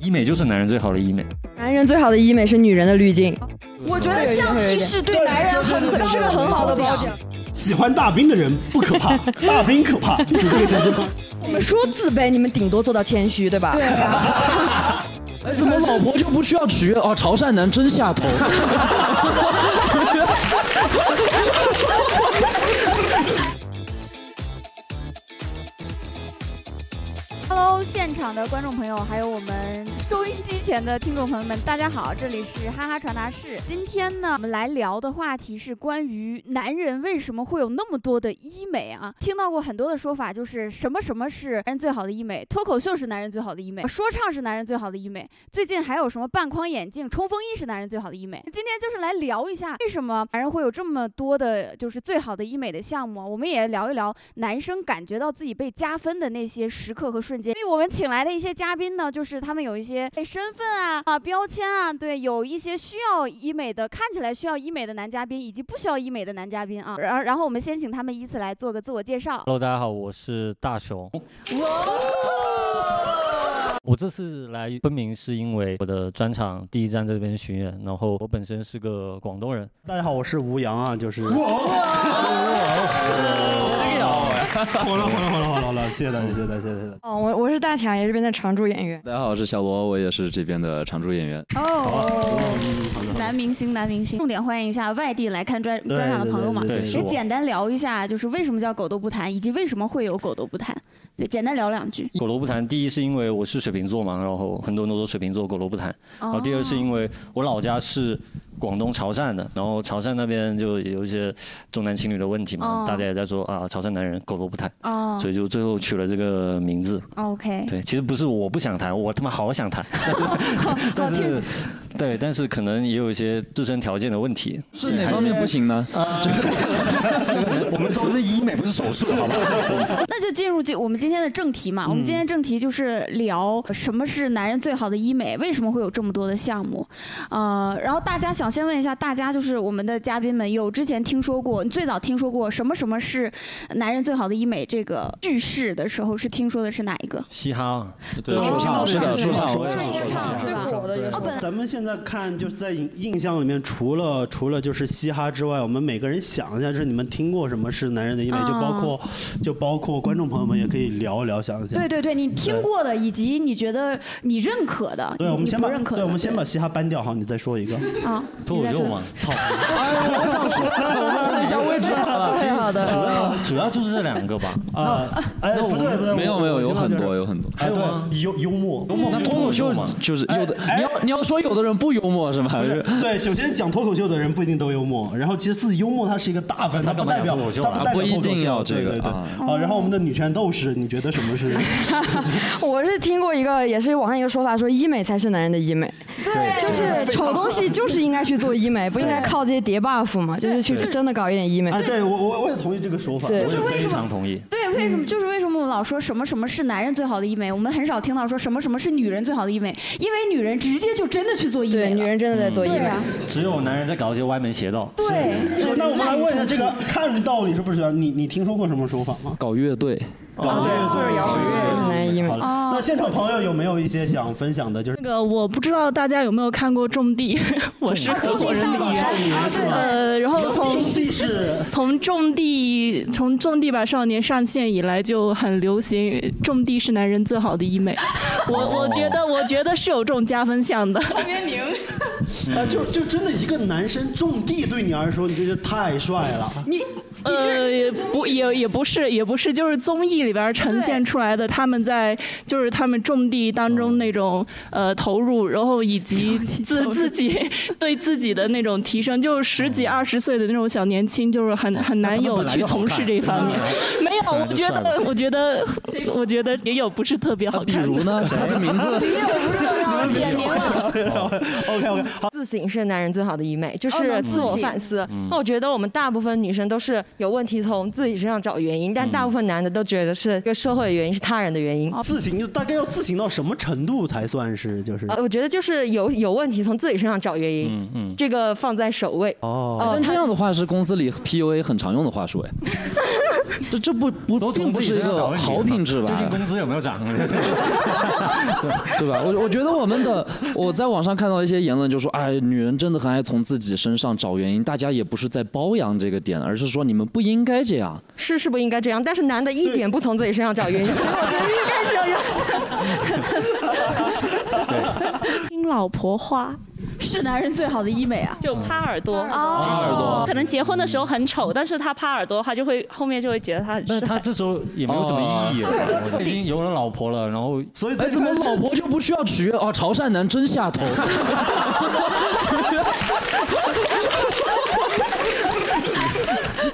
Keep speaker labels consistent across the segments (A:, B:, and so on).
A: 医美就是男人最好的医美。
B: 男人最好的医美是女人的滤镜，
C: 我觉得相亲是对男人很很是个很好的保障。
D: 喜欢大兵的人不可怕，大兵可怕。就是这个东西
B: 我们说自卑，你们顶多做到谦虚，对吧？
C: 对啊，
E: 怎么老婆就不需要取悦哦？潮汕男真下头。
F: Hello，现场的观众朋友，还有我们收音机前的听众朋友们，大家好，这里是哈哈传达室。今天呢，我们来聊的话题是关于男人为什么会有那么多的医美啊？听到过很多的说法，就是什么什么是男人最好的医美，脱口秀是男人最好的医美，说唱是男人最好的医美，最近还有什么半框眼镜、冲锋衣是男人最好的医美。今天就是来聊一下，为什么男人会有这么多的，就是最好的医美的项目啊？我们也聊一聊男生感觉到自己被加分的那些时刻和瞬间。所以我们请来的一些嘉宾呢，就是他们有一些被身份啊、啊标签啊，对，有一些需要医美的，看起来需要医美的男嘉宾，以及不需要医美的男嘉宾啊。然后，然后我们先请他们依次来做个自我介绍。
G: Hello，大家好，我是大熊。我这次来昆明是因为我的专场第一站在这边巡演，然后我本身是个广东人，
D: 大家好，我是吴阳啊，就是。
G: 哦
D: 好了好了好了好了好了，谢谢大家谢谢大家谢谢大家。
B: 哦，我我是大强，也是这边的常驻演员。
H: 大家好，我是小罗，我也是这边的常驻演员。
F: 哦，男明星，男明星，重点欢迎一下外地来看专
D: 嗯对
F: 专场的朋友嘛，
D: 对对对对是
F: 也
D: 我
F: 简单聊一下，就是为什么叫狗都不谈，以及为什么会有狗都不谈，对，简单聊两句。
G: 狗罗不谈。第一是因为我是水瓶座嘛，然后很多人都说水瓶座狗罗不
C: 哦
G: 谈。然后第二是因为我老家是广东潮汕的，然后潮汕那边就有一些重男轻女的问题嘛，
F: 哦
G: 大家也在说啊，潮汕男人狗罗不谈，
F: 哦
G: 所以就最后取了这个名字。
C: 哎
F: ，OK，
G: 对，其实不是我不想谈，我他妈好想谈，
F: 哦
G: 但是对，但是可能也有一些自身条件的问题。
E: 是哪
H: 还
E: 方
H: 是
E: 面
H: 不行呢？
G: 呃 我们说的是医美，不是手术，好吧？
F: 那就进入今我们今天的正题
D: 嗯
F: 嘛。我们今天正题就是聊什么是男人最好的医美，为什么会有这么多的项目？呃，然后大家想先问一下大家，就是我们的嘉宾们有之前听说过，你最早听说过什么什么是男人最好的医美这个句式的时候，是听说的是哪一个？
G: 嘻哈啊，
H: 对
F: 哦
H: 说唱
D: 是
H: 是
D: 的
H: 的，
D: 是
H: 说
D: 的
H: 唱
D: 是的
H: 我也
D: 是的
H: 是
D: 是的
H: 说
D: 是
H: 唱。
D: 的
B: 这是我的
F: 哦，本来
D: 咱们现在看，就是在印印象里面，除了除了就是嘻哈之外，我们每个人想一下，就是你们听过什么是男人的医美，就包括就包括观众朋友们也可以聊一聊，想一想
F: 对。对对，你听过的以及你觉得你认可的，
D: 对，我们
F: 你
D: 先
F: 不
D: 把
F: 认可的，
D: 对，我们先把嘻哈搬掉，好，你再说一个。
F: 啊，
G: 脱口秀嘛，
D: 操，
E: 哎呀，我 想说，等一下我也知道 了。
B: 太好
G: 主
B: 的，
G: 要呃主要就是这两个 吧。
D: 啊，哎，不对不对，
H: 没有没有，有很多
D: 有。
H: 有很多。
D: 哎，
H: 嗯
D: 对，幽幽默，幽默
E: 那脱口秀
G: 嘛
H: 就是
D: 哎
H: 有的，
D: 哎
H: 你要你要说有的人不幽默是吗？还是
D: 对，首先讲脱口秀的人不一定都幽默，然后其次幽默它是一个大分，它
G: 他
D: 不
G: 干嘛
D: 代表
G: 讲脱口秀
D: 它
G: 啊
D: 不代表
H: 不一
D: 脱口
H: 定
D: 秀
H: 要这
D: 对
H: 个
D: 对对
H: 啊
D: 好，然后我们的女权斗士，你觉得什么是？
B: 我是听过一个，也是网上一个说法，说医美才是男人的医美，
D: 对
B: 就是丑东西就是应该去做医美，不应该靠这些叠 buff 嘛，就是去真的搞一点医美。
D: 哎，对我我我也同意这个说法，
B: 对
D: 我也
F: 就是为
G: 非
F: 什么
G: 常同意。
F: 对，为什么就是为什么我们老说什么什么是男人最好的医美，我们很少听到说什么什么是女人最好的医美，因为女人直接就真的去做医美
B: 对，
F: 了
B: 女人真的在做医
F: 对
B: 美。
F: 啊，
G: 只有男人在搞一些歪门邪道。
F: 对，
D: 是那我们来问一下这个看道理是不是？你你听说过什么说法吗？
H: 搞乐队，
D: 搞对
B: 或者摇滚乐也是男人医
D: 好
B: 美。
D: 了，那现场朋友有没有一些想分享的？就是
I: 那个我不知道大家有没有看过《种地》， 我是合伙人
D: 少年是吧？
I: 呃，然后从
D: 种地是
I: 从种地从种地吧少年上线以来就很流行，种地是男人最好的医 美。我我觉得我觉得是有这种加分项的。
D: 啊，就就真的一个男生种地对你来说，你就觉得太帅了。啊
I: 呃，也不也也不是也不是，就是综艺里边儿呈现出来的他们在就是他们种地当中那种
G: 哦
I: 呃投入，然后以及自自己对自己的那种提升，就是十几二十岁的那种小年轻，就是很很难
G: 那他们
I: 有
G: 本来
I: 去
G: 就好
I: 从
G: 看
I: 事这方面。没有，
G: 本来
I: 我
G: 就
I: 觉
G: 帅
I: 得我觉得我觉得也有不是特别好
H: 比
I: 看的。
H: 如 呢，他的名字哦
F: 女友不是都要点名了？
D: OK OK，好，
J: 自省是男人最好的医美，
H: 哦
J: 就是自我反思。
H: 嗯
J: 那我觉得我们大部分女生都是有问题从自己身上找原因，但
H: 嗯
J: 大部分男的都觉得是一个社会的原因，是他人的原因。
H: 哦
D: 自行大概要自行到什么程度才算是就是？
J: 呃，我觉得就是有有问题从自己身上找原因，
G: 嗯嗯，
J: 这个放在首位。
D: 哦，
J: 哦
H: 但这样的话是公司里 PUA 很常用的话术哎。这这不不并不是一个好品质吧？
G: 最近工资有没有 涨？
H: 对对吧？我我觉得我们的，我在网上看到一些言论，就说，哎，女人真的很爱从自己身上找原因。大家也不是在包养这个点，而是说你们不应该这样。
J: 是是不应该这样，但是男的一点不从自己身上找 原因，所以我觉得应该这样。
K: 听老婆话。
L: 是男人最好的医美啊，哦
K: 就趴耳
G: 嗯
K: 朵，
L: 趴耳朵
K: 可能结婚的时候很丑，但是他趴耳朵，他就会后面就会觉得他很
G: 但
K: 帅。
G: 是他这时候也没有什么意
L: 哦
G: 义了吧，我觉得已经有了老婆了，然后
D: 所以
H: 哎，怎么老婆就不需要取悦？哦，潮汕男真下头。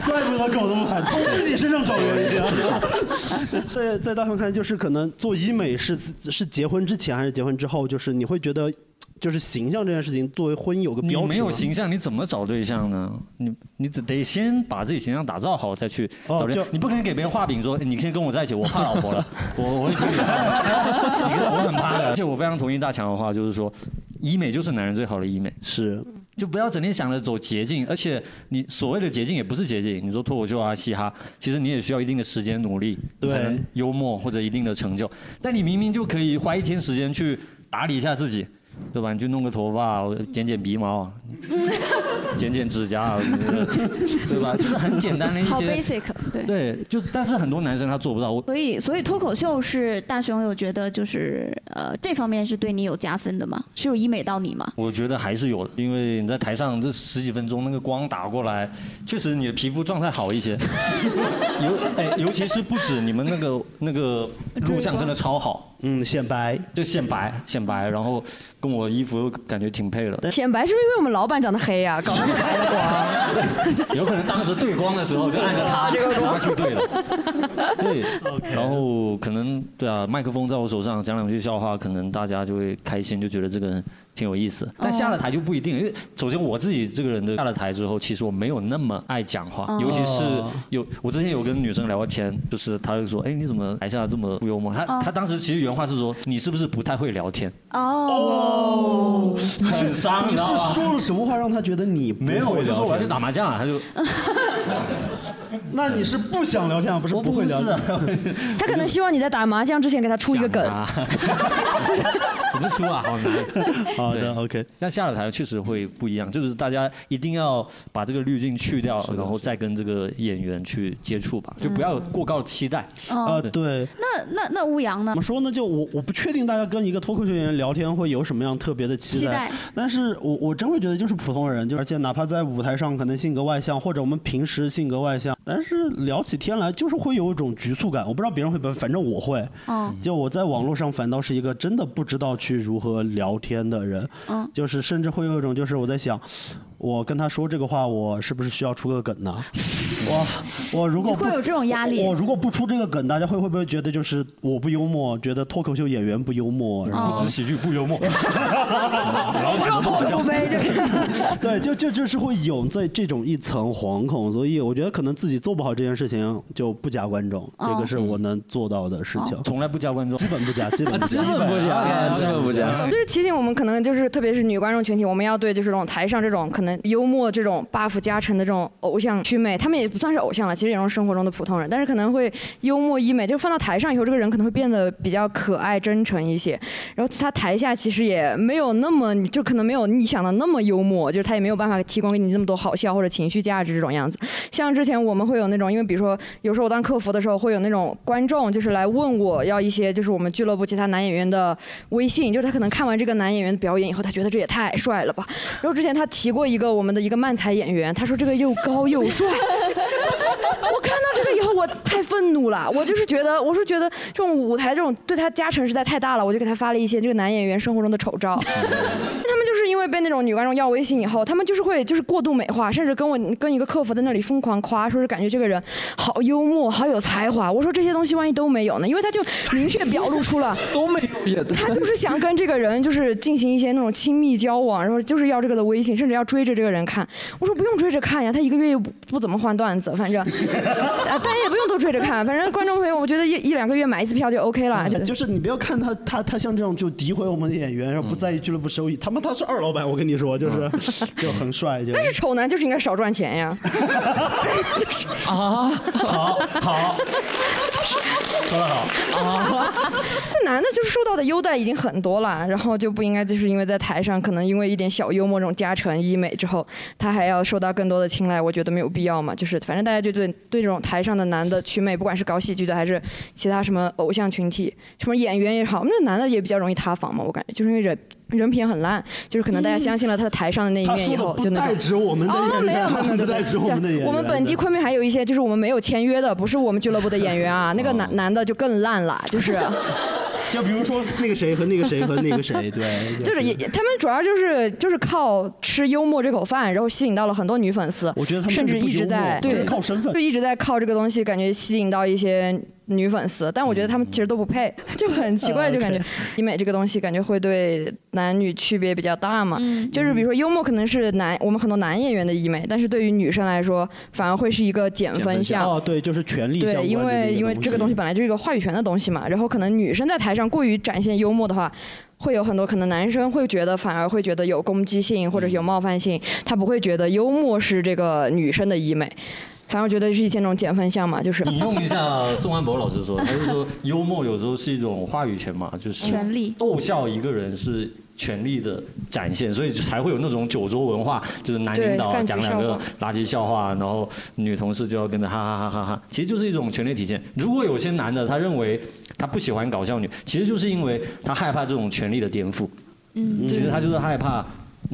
D: 怪不得狗那么烦，从自己身上找原因。 在在大雄看，就是可能做医美是是结婚之前还是结婚之后，就是你会觉得，就是形象这件事情作为婚姻有个
G: 你
D: 标志。
G: 没有形，象，你怎么找对象呢？你你得得先把自己形象打造好，再去
D: 哦
G: 找对象。你不可能给别人画饼说，哎你先跟我在一起，我怕老 婆了，我我会听你的，你 我很怕的。而且我非常同意大强的话，就是说，医美就是男人最好的医美，
D: 是
G: 就不要整天想着走捷径，而且你所谓的捷径也不是捷径。你说脱口秀啊、嘻哈，其实你也需要一定的时间努力，
D: 对
G: 才能幽默或者一定的成就。但你明明就可以花一天时间去打理一下自己，对吧？你去弄个头发，剪剪鼻毛，剪剪指甲，对吧？就是很简单的一些。
F: 好 basic，对。
G: 对，就是，但是很多男生他做不到。我
F: 所以，所以脱口秀是大雄有觉得就是呃这方面是对你有加分的吗？是有医美到你吗？
G: 我觉得还是有的，因为你在台上这十几分钟，那个光打过来，确实你的皮肤状态好 一些。尤哎，尤其是不止你们那个那个录像真的超好，
D: 嗯，显白，
G: 就显白显白，然后跟我衣服感觉挺配的。
B: 显白是不是因为我们老板长得黑呀、搞得很白的光？
G: 有可能当时对光的时候就按着
E: 啊
G: 它，然后去对了。对， 然后可能对啊，麦克风在我手上讲两句笑话，可能大家就会开心，就觉得这个人挺有意思。但下了台就不一定，因为首先我自己这个人的下了台之后，其实我没有那么爱讲话
M: 哦，
G: 尤其是有我之前有跟女生聊过天，就是她就说，哎，你怎么台下这么不幽默？她
F: 哦
G: 她当时其实原话是说，你是不是不太会聊天？
F: 哦，
G: 很伤
D: 你
G: 你知道吗
D: 是说了什么话让他觉得你不
G: 没有，
D: 会
G: 我就说
D: 聊
G: 我要
D: 天
G: 去打麻将了，她就
D: 那你是不想聊天啊，不是不会聊天？
B: 他可能希望你在打麻将之前给他出一个梗。
G: 啊 怎么说啊？好难。
D: 好
G: 的
D: ，OK。
G: 那下了台确实会不一样，就是大家一定要把这个滤镜去掉，然后再跟这个演员去接触吧，就不要有过高的期待。
F: 嗯
D: 啊，对。
F: 那那那吴阳呢
D: 怎么？说呢？就我我不确定大家跟一个脱口秀演员聊天会有什么样特别的期待，
F: 期待
D: 但是我我真会觉得就是普通人，就而且哪怕在舞台上可能性格外向，或者我们平时性格外向，但是聊起天来就是会有一种局促感。我不知道别人会不会，反正我会。
F: 嗯
D: 就我在网络上反倒是一个真的不知道去如何聊天的人，
F: 嗯
D: 就是甚至会有一种就是我在想。我跟他说这个话，我是不是需要出个梗 呢？我我如果不
F: 会有这种压力
D: 我如果不出这个梗，大家会会不会觉得就是我不幽默，觉得脱口秀演员不幽默，然
F: 哦
D: 后
G: 不止喜剧不幽默，
D: 老
G: 板都不好笑
D: 对，就就就是会有这这种一层惶恐，所以我觉得可能自己做不好这件事情就不加观众，这
H: 哦
D: 个是我能做到的事情，
G: 从来不加观众，
D: 基本不加，基本
H: 基本不
D: 啊
H: 加基本不加
B: 就是提醒我们，可能就是特别是女观众群体，我们要对就是这种台上这种可能幽默这种 buff 加成的这种偶像祛魅，他们也不算是偶像了，其实也是生活中的普通人，但是可能会幽默医美，就是放到台上以后，这个人可能会变得比较可爱真诚一些，然后他台下其实也没有那么，就可能没有你想的那么幽默，就是他也没有办法提供给你那么多好笑或者情绪价值这种样子。像之前我们会有那种，因为比如说有时候我当客服的时候，会有那种观众就是来问我要一些就是我们俱乐部其他男演员的微信，就是他可能看完这个男演员的表演以后，他觉得这也太帅了吧。然后之前他提过一个我们的一个漫才演员，他说这个又高又帅。 我看到这个以后，我太愤怒了。我就是觉得，我是觉得这种舞台这种对他加成实在太大了，我就给他发了一些这个男演员生活中的丑照。他们就是因为被那种女观众要微信以后，他们就是会就是过度美化，甚至跟我跟一个客服在那里疯狂夸，说是感觉这个人 好幽默，好有才华。我说这些东西万一都没有呢？因为他就明确表露出了
H: 都没也对
B: 他就是想跟这个人就是进行一些那种亲密交往，然后就是要这个的微信，甚至要追着这个人看。我说不用追着看呀，他一个月又不不怎么换段子，反正， 啊，但也不用都追着看，反正观众朋友，我觉得一一两个月买一次票就 OK 了。就
D: 就是你不要看他，他他像这样就诋毁我们的演员，然
H: 嗯
D: 后不在意俱乐部收益。他妈他是二老板，我跟你说，就是 就很帅。就
B: 但是丑男就是应该少赚钱 呀。
H: 啊，
D: 好好，说得好。
B: 啊，那男的就是受到的优待已经很多了，然后就不应该就是因为在台上可能因为一点小幽默这种加成医美之后，他还要受到更多的青睐，我觉得没有必要嘛。就是反正大家就对对这种台上的男的祛魅，不管是搞喜剧的还是其他什么偶像群体，什么演员也好，那男的也比较容易塌房嘛，我感觉就是因为人。人品很烂，就是可能大家相信了他的台上 的那一
D: 他
B: 面以
D: 说
B: 后
D: 的，
B: 就
D: 不
B: 那
D: 代
B: 种。
D: 指我们的
B: 哦，
D: 演
B: 没有
D: 员，啊
B: 没有没有
D: 不代指我们的演员。
B: 我们本地昆明还有一些，就是我们没有签约的，不是我们俱乐部的演员啊，那个男男的就更烂了， 就是。
D: 就比如说那个谁和那个谁和那个谁，对，
B: 就是也，他们主要就是就是靠吃幽默这口饭，然后吸引到了很多女粉丝。
D: 我觉得他们
B: 甚至
D: 甚至不
B: 一直
D: 幽默
B: 在
D: 就是靠身份
B: 就一直在靠这个东西，感觉吸引到一些女粉丝。但我觉得
D: 嗯
B: 他们其实都不配， 就很 奇怪，就感觉医美这个东西感觉会对男女区别比较大嘛。就是比如说
D: 嗯
B: 幽默可能是男我们很多男演员的医美，但是对于女生来说反而会是一个减分项。
D: 哦，对，就是权力相
B: 对，
D: 关
B: 因
D: 的
B: 为因为这个东西本来就是一个话语权的东西嘛，然后可能女生在台上过于展现幽默的话。会有很多可能，男生会觉得反而会觉得有攻击性或者是
D: 嗯
B: 有冒犯性，他不会觉得幽默是这个女生的医美，反而觉得是一些那种减分项嘛，就是
G: 引用一下宋安博老师说，他就说幽默有时候是一种话语权嘛，就是
F: 权利
G: 逗笑一个人是。权力的展现，所以才会有那种酒桌文化，就是男领导啊
F: 对
G: 讲两个
F: 饭局
G: 垃圾笑话，然后女同事就要跟着哈哈哈哈哈，其实就是一种权力体现。如果有些男的他认为他不喜欢搞笑女，其实就是因为他害怕这种权力的颠覆，
F: 嗯
G: 其实他就是害怕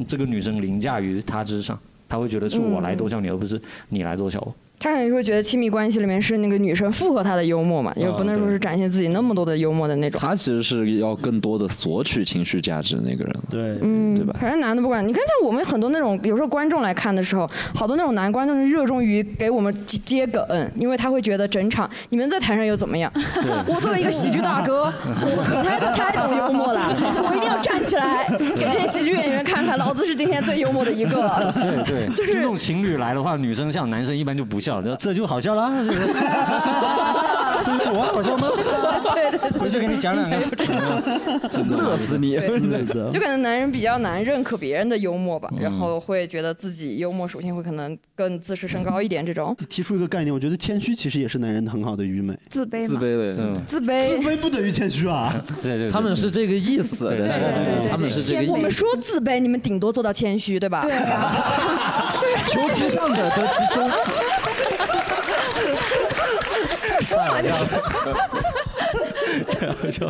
G: 这个女生凌驾于他之上，他会觉得是我来逗笑
F: 嗯
G: 你，而不是你来逗笑我。
B: 他可能会觉得亲密关系里面是那个女生附和他的幽默嘛，也
D: 啊
B: 不能说是展现自己那么多的幽默的那种。
H: 他其实是要更多的索取情绪价值的那个人，
D: 对，
B: 嗯，
H: 对吧？
B: 反正男的不管，你看像我们很多那种，有时候观众来看的时候，好多那种男观众是热衷于给我们接接梗，因为他会觉得整场你们在台上又怎么样？我作为一个喜剧大哥，我可太太懂幽默了，我一定要站起来给这些喜剧演员看看，老子是今天最幽默的一 个。
G: 对对， 就是这种情侣来的话，女生笑，男生一般就不笑，这就好笑啦。 这个是不是我好笑吗？
B: 对对对，
G: 回去给你讲两个，
H: 乐死你！
B: 就可能男人比较难认可别人的幽默吧，
H: 嗯
B: 然后会觉得自己幽默属性会可能更自视甚高一点这种。
D: 提出一个概念，我觉得谦虚其实也是男人的很好的愚昧。
B: 自卑嘛
H: 自卑的，
B: 自卑，
D: 自卑不等于谦虚 啊！
G: 对对，
H: 嗯他们是 这个意思，对对对，他们是这个
B: 我
H: 意
B: 们
H: 思。
B: 说自卑，你们顶多做到谦虚，对吧？对
H: 啊 求其上者得其中。
B: 说嘛就是
D: 开玩笑。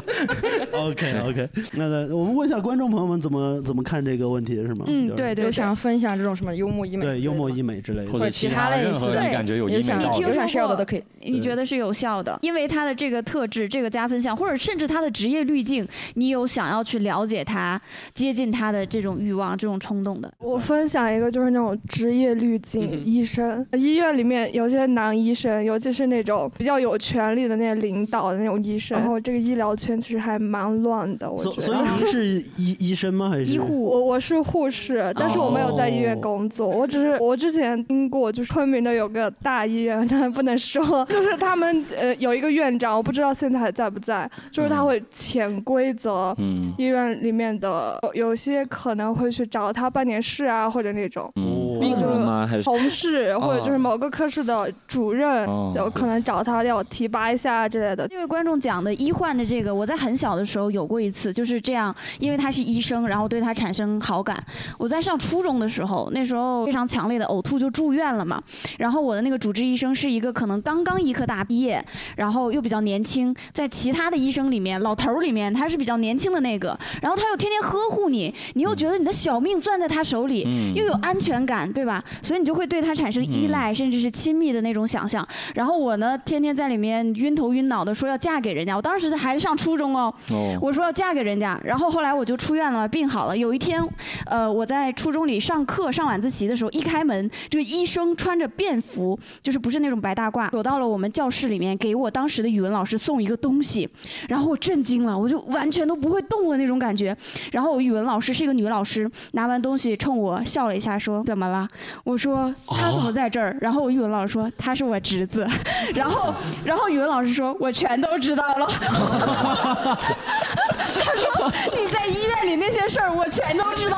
D: OK OK，那那我们问一下观众朋友们怎么怎么看这个问题是吗？就是
B: 有想分享这种什么幽嗯默医美，
D: 对幽默医美之类的，
G: 或者其他任何你感觉有医美
F: 你
G: 道
F: 听
G: 的，
B: 想
F: 说
B: 笑的
F: 过
B: 都可以
F: 你觉得是有效的，因为他的这个特质、这个加分项，或者甚至他的职业滤镜，你有想要去了解他、接近他的这种欲望、这种冲动的。
M: 我分享一个，就是那种职业滤
D: 嗯
M: 镜，医生，医院里面有些男医生，尤其是那种比较有权力的那些领导的那种医生，然后这个医疗圈其实还蛮乱的，我觉
D: 哎所
M: 得。
D: 所以您是医 医生吗？还是？
M: 我我是护士，但是我没有在医
H: 哦
M: 院工作，我只是我之前听过，就是昆明的有个大医院， 但不能说，就是他们呃有一个院长，我不知道现在还在不在，就是
H: 嗯
M: 他会潜规则，
G: 嗯
M: 医院里面的有有些可能会去找他办点事啊，或者那种。
H: 嗯病人吗？还
M: 就是同事或者就是某个科室的主任
H: 哦，
M: 就可能找他要提拔一下之类的。
F: 这位观众讲的医患的这个，我在很小的时候有过一次，就是这样，因为他是医生，然后对他产生好感。我在上初中的时候，那时候非常强烈的呕吐就住院了嘛，然后我的那个主治医生是一个可能刚刚医科大毕业，然后又比较年轻，在其他的医生里面，老头儿里面他是比较年轻的那个，然后他又天天呵护你，你又觉得你的小命攥在他手里，
G: 嗯
F: 又有安全感，感，对吧？所以你就会对它产生依赖，甚至是亲密的那种想象。然后我呢，天天在里面晕头晕脑的说要嫁给人家，我当时还上初中哦，
N: 哦
F: 我说要嫁给人家，然后后来我就出院了，病好了。有一天，呃，我在初中里上课上晚自习的时候，一开门，这个医生穿着便服，就是不是那种白大褂，走到了我们教室里面，给我当时的语文老师送一个东西，然后我震惊了，我就完全都不会动的那种感觉。然后我语文老师是一个女老师，拿完东西冲我笑了一下，说怎么了？我说他怎么在这儿？然后我语文老师说他是我侄子， 然后然后语文老师说我全都知道了。 他说你在医院里那些事儿我全都 知道，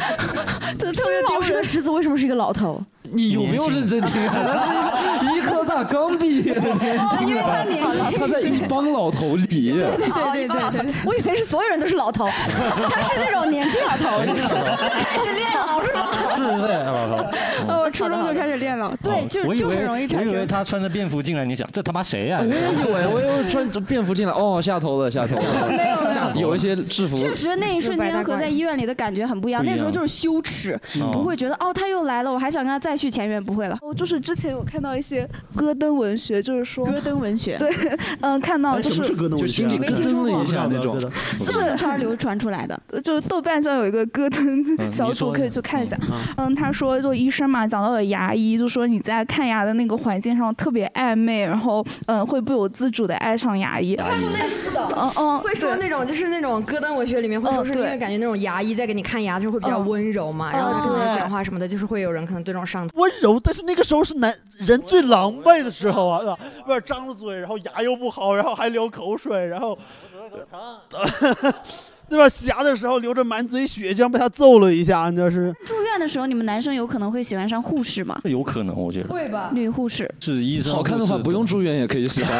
F: 特别丢
B: 老师的
F: 人。
B: 侄子为什么是一个老头？
H: 你有没有认真听？他是一科大刚毕业的，
B: 哦因为他年轻哦
H: 他他在一帮老头里。
B: 对对对对对对，我以为是所有人都 是老头，他是那种年轻老头，你知道吗
F: 开始练老是吗？
G: 四十岁，
H: 啊
G: 老头。
F: 哦
M: 呃，我初中就开始练了，对，就
G: 我以
M: 就
G: 为
M: 很容易
G: 我
M: 产
G: 以为
M: 生。
G: 他穿着便服进来，你想这他妈谁呀、
H: 我也以为，我也穿着便服进来，哦，下头了，下头了，
F: 没有没有
H: 下有一些制服，
F: 确实那一瞬间和在医院里的感觉很不一样，
H: 不一样
F: 那时候就是羞耻，
H: 嗯
F: 不会觉得哦他又来了，我还想跟他再续前缘，不会了。
N: 我哦就是之前有看到一些
M: 戈登文学就是说，
F: 戈登文学
N: 对，嗯，看到
D: 哎
N: 就
D: 什么是
N: 是
D: 戈登文学啊
N: 没听说过，
F: 是不是圈流传出来的？
N: 就是豆瓣上有一个戈登
F: 嗯
N: 小
F: 你说
N: 组可以去看一下
F: 嗯。
N: 嗯，他说就医生嘛，讲到了牙医，就说你在看牙的那个环境上特别暧昧，然后嗯会不由自主的爱上牙医。
B: 是的，
N: 嗯嗯
B: 会说
N: 对
B: 那种就是那种戈登文学里面会说
N: 嗯
B: 是因为
N: 对
B: 感觉那种牙医在给你看牙的时候会比较
N: 嗯
B: 温柔嘛，
N: 嗯
B: 然后他可能
N: 对
B: 讲话什么的，就是会有人可能对这种上头。
O: 温柔，但是那个时候是男人最狼狈的时候啊，是吧不是张着嘴，然后牙又不好，然后还流口水，然 后，对吧？洗牙的时候流着满嘴血，这样被他揍了一下，你这是。
F: 住院的时候，你们男生有可能会喜欢上护士吗？
G: 有可能，我觉得
F: 会吧，女护士。
G: 是医生。
H: 好看的话 不用住院也可以喜欢。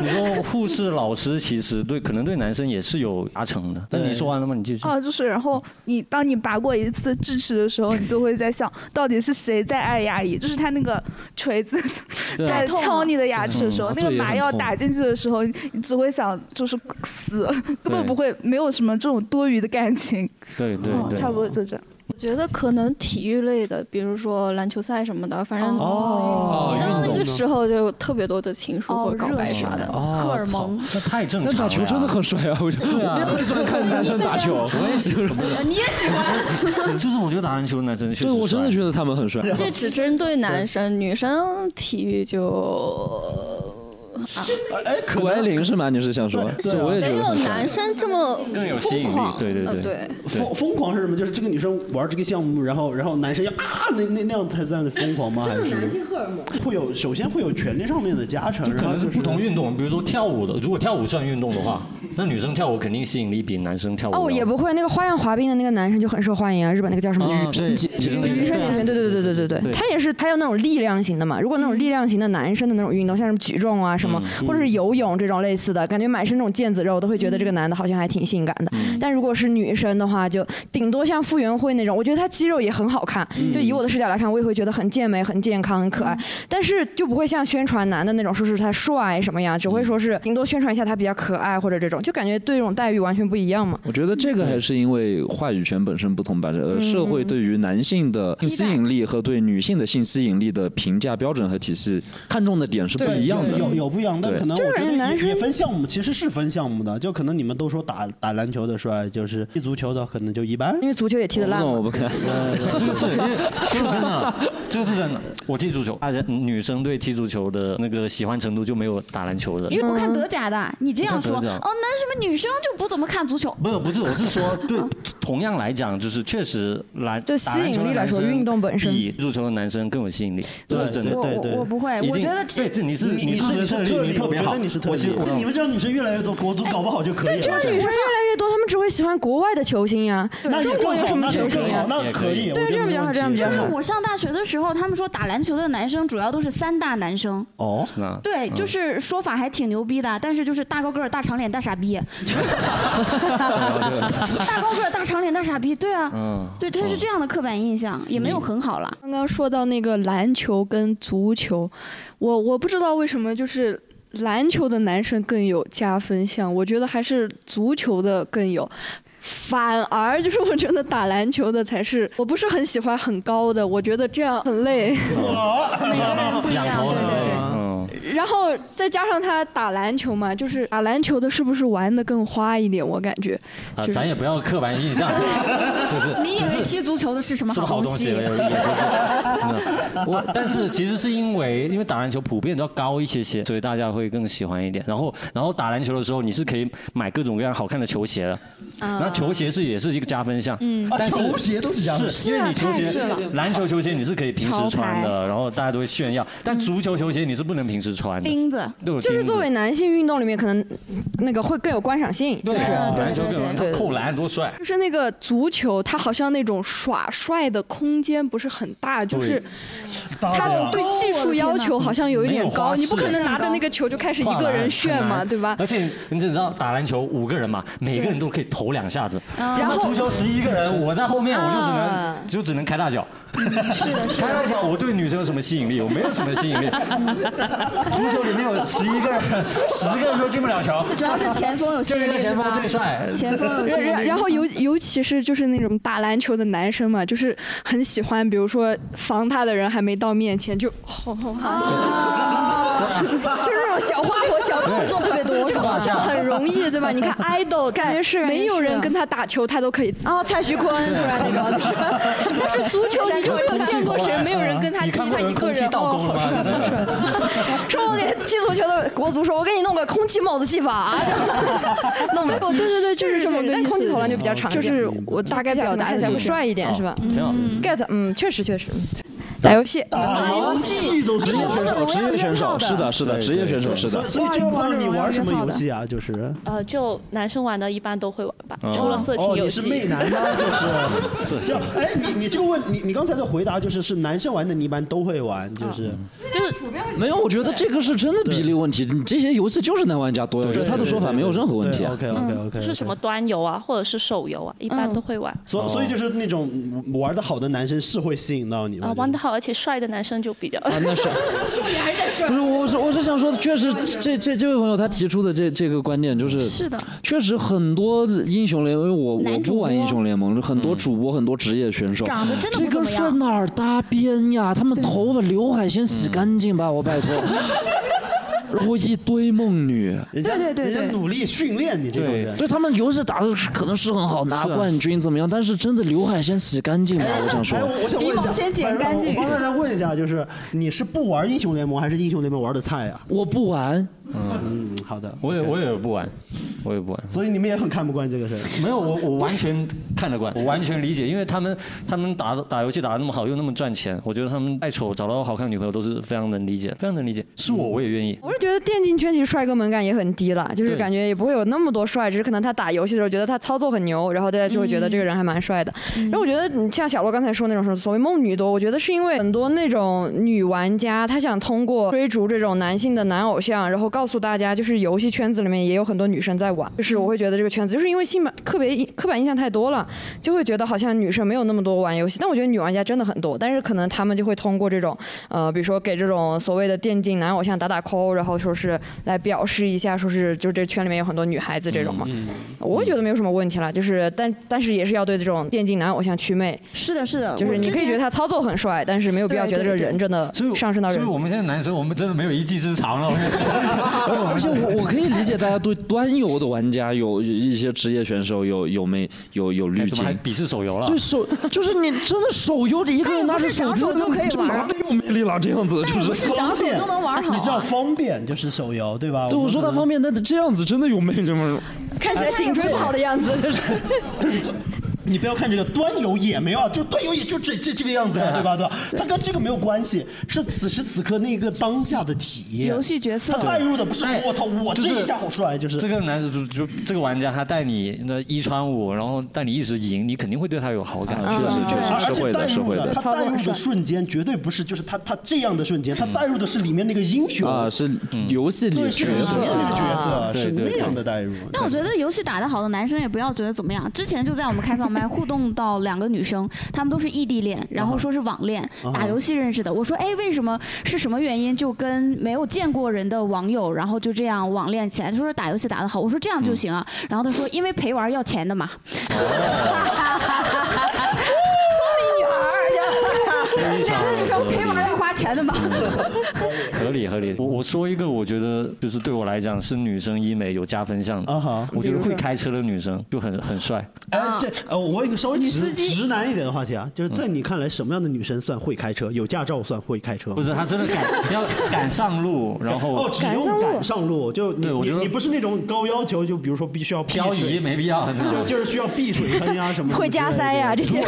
G: 你说护士、老师，其实对可能对男生也是有压成的。但你说完了吗？你继续。
N: 哦，就是，然后你当你拔过一次智齿的时候，你就会在想，到底是谁在爱牙医？就是他那个锤子
G: 对
N: 在
G: 痛啊
N: 敲你的牙齿的时候，
G: 嗯
N: 那个
G: 这也很
N: 麻药
G: 痛
N: 打进去的时候，你只会想就是死，
G: 对
N: 会不会没有什么这种多余的感情？
G: 对对
N: 嗯
G: 对
N: 差不多就这样。
E: 我觉得可能体育类的，比如说篮球赛什么的，反正
G: 哦
E: 你到
G: 运
E: 那
G: 动
E: 个
G: 的
E: 时候就有特别多的情书
F: 哦
E: 或者告白啥的。
G: 荷尔蒙，那太正常了呀。
H: 但打球真的很帅啊，我觉
G: 对啊
H: 得很喜欢看男生打球。
G: 我也喜欢
E: 你也喜 欢
G: 就是我觉得打篮球的男生确实，
H: 对我真的觉得他们很帅。
G: 啊
D: 啊
E: 这只针对男生，女生体育就
D: 哦
E: 啊，
D: 哎
H: 谷爱凌是吗？你是想说？
D: 对啊
H: 就我也觉
E: 没
H: 得
E: 有
H: 很帅。
E: 男生这么
G: 更有吸
E: 疯
G: 引力
E: 狂。
G: 对对
E: 呃
G: 对
E: 对。
D: 疯疯狂是什么？就是这个女生玩这个项目，然后然后男生要啊，那那那样才算疯狂
G: 啊
D: 吗？还是
B: 荷尔蒙
D: 会有首先会有权利上面的加成，
G: 就可
D: 然后
G: 能是
D: 就是
G: 不同运动，比如说跳舞的，如果跳舞算运动的话，那女生跳舞肯定吸引力比男生跳舞
B: 哦，也不会，那个花样滑冰的那个男生就很受欢迎啊，日本那个叫什么
G: 啊
B: 羽
G: 对
B: 生结
G: 羽生结
B: 羽生结弦，对对对对对对对，
G: 对
B: 他也是，他有那种力量型的嘛。如果那种力量型的男生的那种运动，像什么举重啊什么，
J: 嗯
B: 或者是游泳这种类似的，感觉满身那种腱子肉，都会觉得这个男的好像还挺性感的。
J: 嗯
B: 但如果是女生的话，就顶多像傅园慧那种，我觉得她肌肉也很好看，
J: 嗯
B: 就以我的视角来看，我也会觉得很健美、很健康、很可爱。但是就不会像宣传男的那种，说是他帅什么呀，只会说是顶多宣传一下他比较可爱或者这种，就感觉对这种待遇完全不一样嘛。
H: 我觉得这个还是因为话语权本身不同吧，呃，
B: 嗯
H: 社会对于男性的性吸引力和对女性的性吸引力的评价标准和体系看重的点是不一样的，
D: 有有不一样，但
H: 对
D: 可能我觉得也也分项目，其实是分项目的，就可能你们都说打打篮球的帅，就是踢足球的可能就一般，
B: 因为足球也踢得烂嘛
H: 我不看，
G: 这个是因为这个真的，这个是真的。我踢足球，大家女生对踢足球的那个喜欢程度就没有打篮球的。
F: 因为我看德甲
B: 嗯
F: 的，你这样说
G: 我
F: 哦，
G: 看
F: 那
G: 德甲
F: 什么女生就不怎么看足球？
G: 没有，不是，我是说，对，同样来讲，就是确实篮
F: 就吸引力来说运
B: 动本身
G: 比足球的男生更有吸引力，这是真的。
D: 对对对我我
F: 不会
G: 一
F: 我
G: 定
F: 觉得
G: 对，这你是
D: 你
G: 是
D: 你是
G: 特例，
D: 特
G: 你特别
D: 我觉
G: 好，
D: 得你是特
G: 我
D: 例
G: 信我，
D: 你们这样女生越来越多，国足搞不好就可以了。
B: 这样的女生越来越多，她们只会喜欢国外的球星呀。
D: 那也
B: 中国有什么球星呀？
D: 那可以，
B: 对，这样比较好，这样比较
F: 就是
B: 好。
F: 我上大学的时候，他们说打篮球的男生主要都是三大男生。
D: 哦，
G: 嗯
F: 对，就是说法还挺牛逼的，但是就是大高个儿、大长脸、大傻 逼，就是大高个儿、大长脸、大傻逼，对啊，
G: 嗯
F: 对，他是这样的刻板印象，也没有很好啦。
P: 刚刚说到那个篮球跟足球，我我不知道为什么就是篮球的男生更有加分项，我觉得还是足球的更有。反而就是我觉得打篮球的才是，我不是很喜欢很高的，我觉得这样很累。
G: 嗯不一样，对对对，嗯，
P: 然后再加上他打篮球嘛，就是打篮球的是不是玩的更花一点？我感觉，
G: 啊
P: 就，是
G: 咱也不要刻板 印象，只是
F: 啊你以
G: 只
F: 为
G: 是
F: 踢足球的是什么
G: 是
F: 好
G: 好
F: 东
G: 东西，
F: 西？
G: 也也不是。真的嗯我但是其实是因为因为打篮球普遍都要高一些些，所以大家会更喜欢一点。然后然后打篮球的时候，你是可以买各种各样好看的球鞋的。
F: 嗯
Q: 啊
G: 那球鞋是也是一个加分项，
Q: 嗯
G: 但是
Q: 啊球鞋都是加分
G: 是因为你球
Q: 是
G: 鞋
Q: 啊太是了，
G: 篮球球鞋你是可以平时穿
B: 潮
G: 的，然后大家都会炫耀，但足球球鞋你是不能平时穿的，啊
B: 子
G: 都有
B: 就是
G: 钉子
B: 作为男性运动里面，可能那个会更有观赏性，就是
G: 啊篮球更有人扣篮多帅，
P: 就是那个足球，它好像那种耍帅的空间不是很大，就是他对技
L: 哦
P: 术要求好像有一点高，你不可能
G: 啊
P: 拿着那个球就开始一个人炫嘛，对吧？
G: 而且你只知道打篮球五个人嘛，每个人都可以投两下子，
P: 啊
G: 然后足球十一个人，我在后面我就只
P: 啊
G: 能就只能开大脚。
L: 是 的，是
G: 开大
L: 的。
G: 脚，我对女生有什么吸引力？我没有什么吸引力。足球里面有十一个人，十个人都进不了球。
L: 主要是前锋有吸
G: 就
L: 引力
G: 是那个前锋
L: 是吧
G: 最帅，
L: 前锋有吸引
P: 然
L: 力
P: 然后尤尤其是就是那种打篮球的男生嘛，就是很喜欢，比如说防他的人还没到面前就轰轰哈，
B: 啊 就是那种小花活、小动作特别多，是
P: 就好
B: 吧？
P: 像很容易对吧？你看 idol 这件事，没有人跟他打球，他都可以自己。哦，
B: 蔡徐坤突然 那个就是
P: 但是足 球啊你就没有见过谁，没有人跟他
G: 你
P: 踢，
G: 看
P: 他
G: 过
P: 一
G: 人
P: 个
G: 空气
P: 人
G: 倒
P: 哦，
G: 钩了
P: 好
G: 吗？
P: 帅。
B: 说我给踢足球的国足说，我给你弄个空气帽子戏法啊， 就弄
P: 对
B: 没
P: 哦对对对，就是这么个意思。
B: 但空气投篮就比较长一
P: 就
B: 点
P: 是我大概表达
B: 看
P: 的
B: 起
P: 这
B: 来会
P: 个
B: 帅一点，是吧？
G: 挺好的
B: 嗯 get，嗯，确实确实。打游戏，嗯
D: 打游戏都是
H: 职业选手，职业选手，是的，是的，
D: 对
H: 职业选手是的。
D: 所以
K: 哇
D: 这个
K: 你玩
D: 胖你玩
K: 这种游戏
D: 什么
K: 好
D: 游
K: 的
D: 戏啊？就是。
K: 呃，就男生玩的一般都会玩吧
D: 哦，
K: 除了色情
D: 哦，
K: 游
D: 你是
K: 戏。
D: 媚男吗？就是
G: 是是
D: 要哎，你你这个问你你刚才的回答就是是男生玩的，你一般都会玩，就是
K: 就是
H: 没有，我觉得这个是真的比例问题。你这些游戏就是男玩家多呀，我觉得他的说法没有任何问题啊。
D: OK OK OK，
K: 就是什么端游啊，或者是手游啊，一般
L: 嗯
K: 都会玩。
G: 哦
D: 所所以就是那种玩的好的男生是会吸引到你
K: 啊
D: 吗，？
K: 玩得好而且帅的男生就比较。
H: 啊，那是。不是，我是我是想说，确实，这这这位朋友他提出的这这个观点就是，
F: 是的，
H: 确实很多英雄联盟，因为我我
F: 男主
H: 不
F: 播
H: 玩英雄联盟，很
D: 嗯
H: 多主播、很多职业选手，
F: 长得真的
H: 这
F: 不怎
H: 个
F: 么
H: 是
F: 样
H: 哪儿搭边呀？他们头发、刘海先洗干净吧，我拜 托。然后一堆梦女，
D: 人家对对对人家努力训练你这种人
H: 对他们游戏打的可能是很好，拿
D: 是啊
H: 冠军怎么样？但是真的刘海先洗干 净吧，我想说。
D: 哎，我我想问一下，哎我刚才再问一下，就是你是不玩英雄联盟，还是英雄联盟玩的菜啊？
H: 我不玩。
D: 嗯，好的。
G: 我也我也不玩，我也不玩。
D: 所以你们也很看不惯这个事儿。
G: 没有，我我完全看得惯，我完全理解，因为他们他们打打游戏打得那么好，又那么赚钱，我觉得他们爱丑找到好看的女朋友都是非常能理解，非常能理解。是我我也愿意。
B: 我是觉得电竞圈其实帅哥门槛也很低了，就是
G: 对
B: 感觉也不会有那么多帅，只是可能他打游戏的时候觉得他操作很牛，然后大家就会觉得这个人还蛮帅的。然后我觉得你像小罗刚才说那种什么所谓梦女多，我觉得是因为很多那种女玩家，她想通过追逐这种男性的男偶像，然后告诉大家，就是游戏圈子里面也有很多女生在玩，就是我会觉得这个圈子就是因为性版特别刻板印象太多了，就会觉得好像女生没有那么多玩游戏，但我觉得女玩家真的很多，但是可能他们就会通过这种呃，比如说给这种所谓的电竞男偶像打打 call，然后说是来表示一下，说是就这圈里面有很多女孩子这种嘛，
G: 嗯
B: 嗯我觉得没有什么问题了，就是但但是也是要对这种电竞男偶像祛魅，
L: 是的，是的
B: 就是
L: 我
B: 你
L: 之
B: 可以觉得
L: 前
B: 他操作很帅，但是没有必要
L: 对
B: 觉得这个
L: 对对
B: 人真的上升到
G: 嗯所
B: 人
G: 以我们现在男生，我们真的没有一技之长了。
H: 而且我我可以理解大家对端游的玩家有有一些职业选手有有没有有
D: 哎
H: 滤
G: 怎
H: 镜
G: 么还，鄙视手游了？
H: 对手就是你真的手游一个人拿着手机
L: 就可以
H: 就
L: 玩
H: 哪里有魅力了？这样子是不是？
D: 你知道方便就是手游对吧？
H: 对，我说他方便，但这样子真的有魅力吗？
B: 看
D: 哎
B: 起来颈椎不好的样子，就是
D: 你不要看这个端游也没有啊，就端游也就这这这个样子啊呀，对吧？对吧？它跟这个没有关系，是此时此刻那个当下的体验。
G: 游戏
L: 角
G: 色
D: 它带入的不是
G: 哎
D: 我操， 我
G: 就是
D: 这一下好帅，就是
G: 这个男生就就这个玩家，他带你那一穿五，然后带你一直赢，你肯定会对他有好感。
H: 啊确实嗯确实
D: 而
H: 是
D: 且
H: 会的
D: 带
H: 是
D: 入
H: 会的
D: 他带入的瞬间绝对不是就是他他这样的瞬间，他带入的是里面那个英雄嗯
H: 啊，是游戏里
D: 对，是
H: 角色
D: 里面那个角
H: 啊
D: 色
H: 对
D: 是
H: 对
D: 那样
H: 对
D: 的代入。
L: 但我觉得游戏打得好的男生也不要觉得怎么样。之前就在我们开放
F: 们互动到两个女生，她们都是异地恋，然后说是网恋，
L: 啊哈
F: 打游戏认识的。我说，哎，为什么是什么原因？就跟没有见过人的网友，然后就这样网恋起来。她说是打游戏打得好，我说这样
L: 嗯
F: 就行啊。然后她说，因为陪玩要钱的嘛。
L: 哦
G: 非常
F: 两个女生陪玩要花钱的嘛。
L: 嗯
G: 合理合理。我我说一个，我觉得就是对我来讲是女生医美有加分项的。
D: 啊
G: 我觉得会开车的女生就很很帅。
D: 哎，这呃，我问一个稍微
G: 嗯女
D: 直
G: 司机
D: 直男一点的话题
G: 嗯
D: 啊，就是在你看来，什么样的女生算会开车？有驾照算会开车？
G: 不是，她真 的敢要敢上路，然后
D: 哦，只用赶上路，就你
G: 对我
D: 你
G: 觉得
D: 你不是那种高要求，就比如说必须要避
G: 漂
D: 水
G: 移没必要对
D: 就就是需要避水坑呀 什么的。
B: 会加塞呀、这些。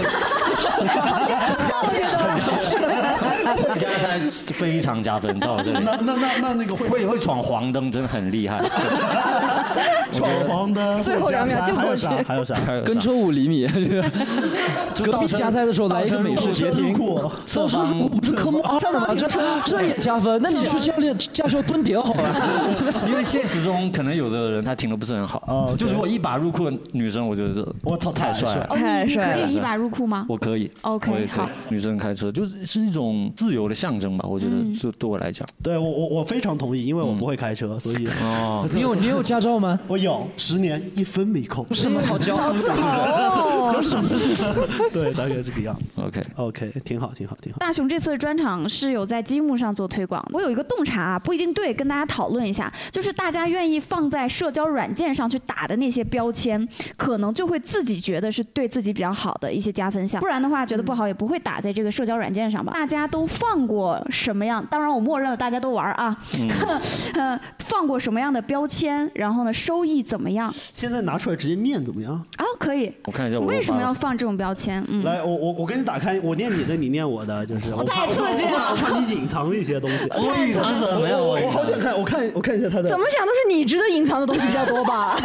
G: 加塞非常加分到我这里。
D: 那那那那那个会
G: 会会闯黄灯，真的很 厉害。
D: 闯黄灯，
G: 最后两秒就过去
D: 还有啥还有啥？
H: 跟车五厘米， 隔壁加塞的时候来一个美式截
D: 倒
H: 停
D: 车入库，
H: 倒车入库不是科目二吗？这这也加分？那你去教练驾校蹲点好了。
G: 因为现实中可能有的人他停的不是很好，就如果一把入库的女生，我觉得这
D: 哦我操
G: 太帅了，
F: 哦，你你可以一把入库吗？
G: 我可以
F: OK，
G: 我也可以
F: 好
G: 女生开车就是是一种自由的象征吧，我觉得
F: 嗯
G: 就对我来讲。
D: 对我我我非常同意，因为我不会开车，所以
G: 哦
H: 你有你有驾照吗？
D: 我有，十年一分没 空。
H: 什么好骄 傲的扫字头
D: 是不是？
G: 哦
D: 对，大概是这个样子。
G: OK
D: OK，挺好，挺好，挺好。
F: 大熊这次的专场是有在积木上做推广。我有一个洞察啊，不一定对，跟大家讨论一下，就是大家愿意放在社交软件上去打的那些标签，可能就会自己觉得是对自己比较好的一些加分项，不然的话觉得不好也不会打在这个社交软件上吧。大家都放过什么样？当然我默认了大家都玩儿啊，呃， 放过什么样的标签，然后呢收益怎么样？
D: 现在拿出来直接念怎么样？
F: 啊，可以。
G: 我看一下我
F: 为什么
G: 发
F: 要
G: 了
F: 放这种标签？嗯，
D: 来，我我我给你打开，我念你的，你念我的，就是我怕
F: 太刺激了
D: 我怕我怕你隐藏一些东西。
B: 我隐藏什么呀
D: 我
B: 我
D: 我我好想看，我看我看一下他的。
B: 怎么想都是你值得隐藏的东西比较 多 吧？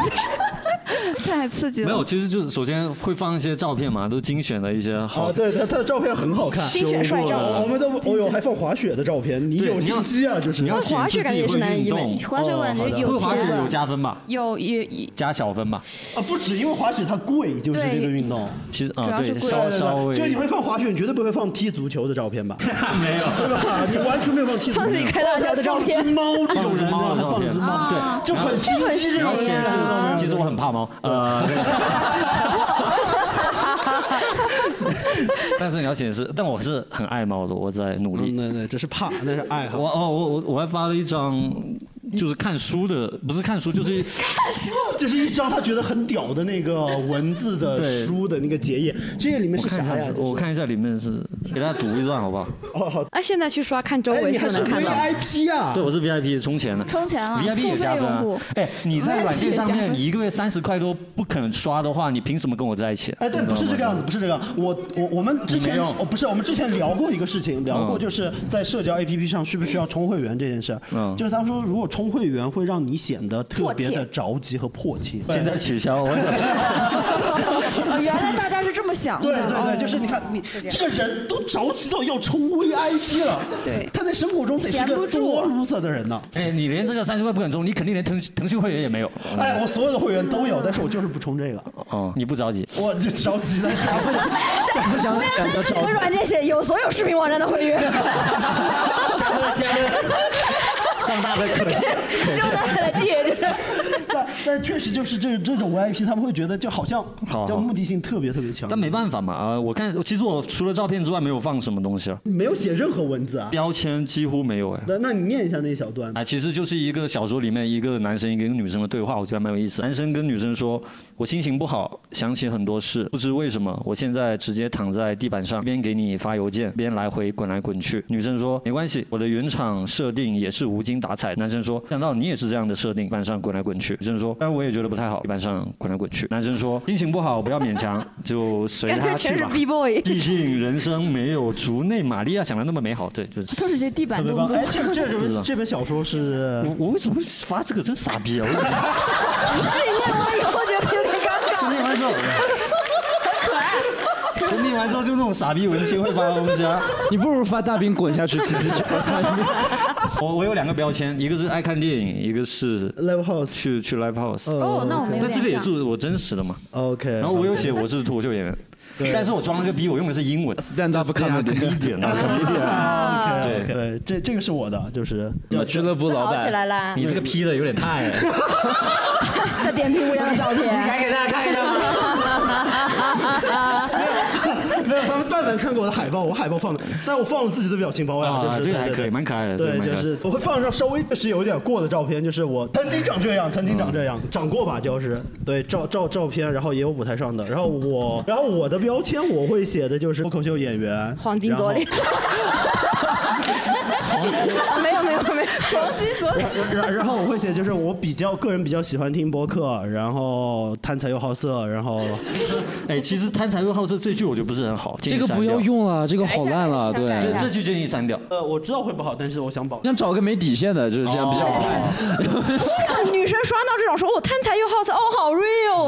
F: 太刺激
G: 没有，其实就是首先会放一些照片嘛，都精选了一些好
D: 啊，。对他他的照片很好看，
G: 精选帅照
D: 我我们都我有还放滑雪的照片，你
G: 对
D: 有心机啊，就是
G: 你要显示自己会运动
F: 滑雪感觉
G: 哦好的
F: 有
G: 会滑雪
F: 钱
G: 有加分吧？
F: 有有有
G: 加小分吧？
D: 啊，不止因为滑雪它贵，就是
F: 对
D: 这个运动。
G: 其实
D: 主
G: 啊，
D: 要是
G: 对，
D: 贵
G: 稍
D: 对对对
G: 稍微
D: 就你会放滑雪，你绝对不会放踢足球的照片吧？
G: 没有
D: 对吧？你完全没有放踢足球。
G: 放自己开大
D: 小
G: 小的照片
D: 放只猫这种
G: 放只
D: 人，然
G: 猫
D: 后
G: 的
D: 放
G: 照片
D: 只猫，，对，就很心机这种
G: 然后显示
D: 人。，
G: 其实我很怕猫，
D: 啊
G: 呃， 但是你要显示，但我是很爱猫的，我在努力。
D: 嗯对对，这是怕，那是爱好。
G: 我哦，我我我还发了一张，就是看书的，不是看书，就是
D: 这是一张他觉得很屌的那个文字的
G: 对
D: 书的那个结页，这页里面
G: 我
D: 是
G: 看一
D: 啥
G: 下
D: 呀
G: 是，？我看一下里面是，给大家读一段好不好？
D: 哦，
B: 那、啊现在去刷看周
D: 哎
B: 围
D: 你
B: 是
D: 还
B: 不是
D: 是
B: 能看到。
D: VIP 啊？
G: 对，我是 VIP 充钱的，
F: 充钱啊
G: VIP 也加分、啊
F: 付费用户。
G: 哎，你在软件上
D: VIP 也加
G: 面
D: 分
G: 你一个月三十块都不肯刷的话，你凭什么跟我在一起？啊
D: 哎，对，
G: 你知
D: 不
G: 道
D: 是这个
G: 吗
D: 样子，不是这个样子。我我我们之前
G: 你没用
D: 哦，不是我们之前聊过一个事情，聊过
G: 嗯
D: 就是在社交 APP 上需不需要充会员这件事儿。
G: 嗯
D: 就是他说，如果充会员会让你显得特别
F: 迫
D: 的
F: 切
D: 着急和迫切。
G: 现在取消，我
F: 哦 原来大家是这么想的。
D: 对对
F: 哦
D: 对，就是你看你这个人都着急到要充 VIP 了，
F: 对
D: 他在生活中得是
F: 闲
D: 个
F: 不住
D: 多 loser 的人呢。
G: 哎，你连这个三十块不肯充，你肯定连腾腾讯会员也没有。
D: 哎， 我所有的会员都有，但是我就是不充这个，
G: 哦，你不着急，
D: 我就着急 但是
B: 在
D: 想
B: 在自己的软件写有所有视频网站的 会员，
G: 上大的可见。
B: 希望大家来借，就是
D: 但但确实就是这这种 VIP，他们会觉得就好像
G: 好
D: 嗯叫
G: 好
D: 目的性特别特别强，
G: 但没办法嘛，啊，我看其实我除了照片之外没有放什么东西了，
D: 没有写任何文字啊。
G: 标签几乎没有哎。
D: 那那你念一下那一小段。
G: 啊，其实就是一个小说里面一个男生一个女生的对话，我觉得还蛮有意思。男生跟女生说：“我心情不好，想起很多事，不知为什么，我现在直接躺在地板上，边给你发邮件，边来回滚来滚去。”女生说：“没关系，我的原厂设定也是无精打采。”男生说：“想到你也是这样的设定，地板上滚来滚去。”女生说：“但是我也觉得不太好，地板上滚来滚去。”男生说：“心情不好，不要勉强，就随
B: 感
G: 他
B: 觉
G: 去
B: 全是
G: 吧。”
B: B boy。
G: 毕竟人生没有竹内玛利亚想的那么美好，对，就是。
F: 都是些地板
D: 特别
F: 动
D: 棒！
F: 作。
D: 哎，这这
G: 不知道
D: 本这本小说是
G: 我我为什么会发这个？真傻逼啊！我
B: 自己念完以后觉得有点尴尬。
G: 念完之后， 就念完之后就那种傻逼文青会发的东西啊！
H: 你不如发大兵滚下去，挤挤去。
G: 我我有两个标签，一个是爱看电影，一个是
D: live house
G: 去去 live house。
D: 哦那我们有
G: 但这个
D: 点
G: 也
D: 像
G: 是我真实的嘛。
D: OK。
G: 然后我有写我是脱口秀演员，
D: 对
G: 但是我装了个逼，我用的是英文。Stand up comedian。
D: 啊
G: 对
D: OK，对，这这个是我的，就是
H: 俱乐部
D: 老
G: 板
D: 板
G: 起来
E: 啦
G: 你这个 P 的有点太。
E: 再点评乌鸦的照片， 你
G: 给大家看一下
E: 吗？
D: 没有，他们但凡看过我的海报，我海报放的，但我放了自己的表情包呀，
G: 啊
D: 就是
G: 这个还
D: 对对
G: 可以
D: 对
G: 蛮可爱的这个
D: 对，
G: 蛮可
D: 就
G: 爱的
D: 是我会放一张稍微就是有点过的照片，就是我曾经长这样，曾经长这样，长过吧，就是对照照照片，然后也有舞台上的，然后我，然后我的标签我会写的就是脱口秀演员，
B: 黄金左脸。
E: 没有没有 没有，黄金左
D: 然 后。然然后我会写，就是我比较个人比较喜欢听播客，然后贪财又好色，然后
G: 哎，其实贪财又好色这句我觉得不是很好，建
H: 这
G: 议
H: 个
G: 删
H: 不
G: 掉
H: 要用了，这个好烂
B: 哎
H: 了，对。
G: 这这句建议删掉。
D: 呃，我知道会不好，但是我想保。
H: 想找个没底线的，就是这样比较好。
B: 啊女生刷到这种说我贪财又好色，哦，好 real
D: 嗯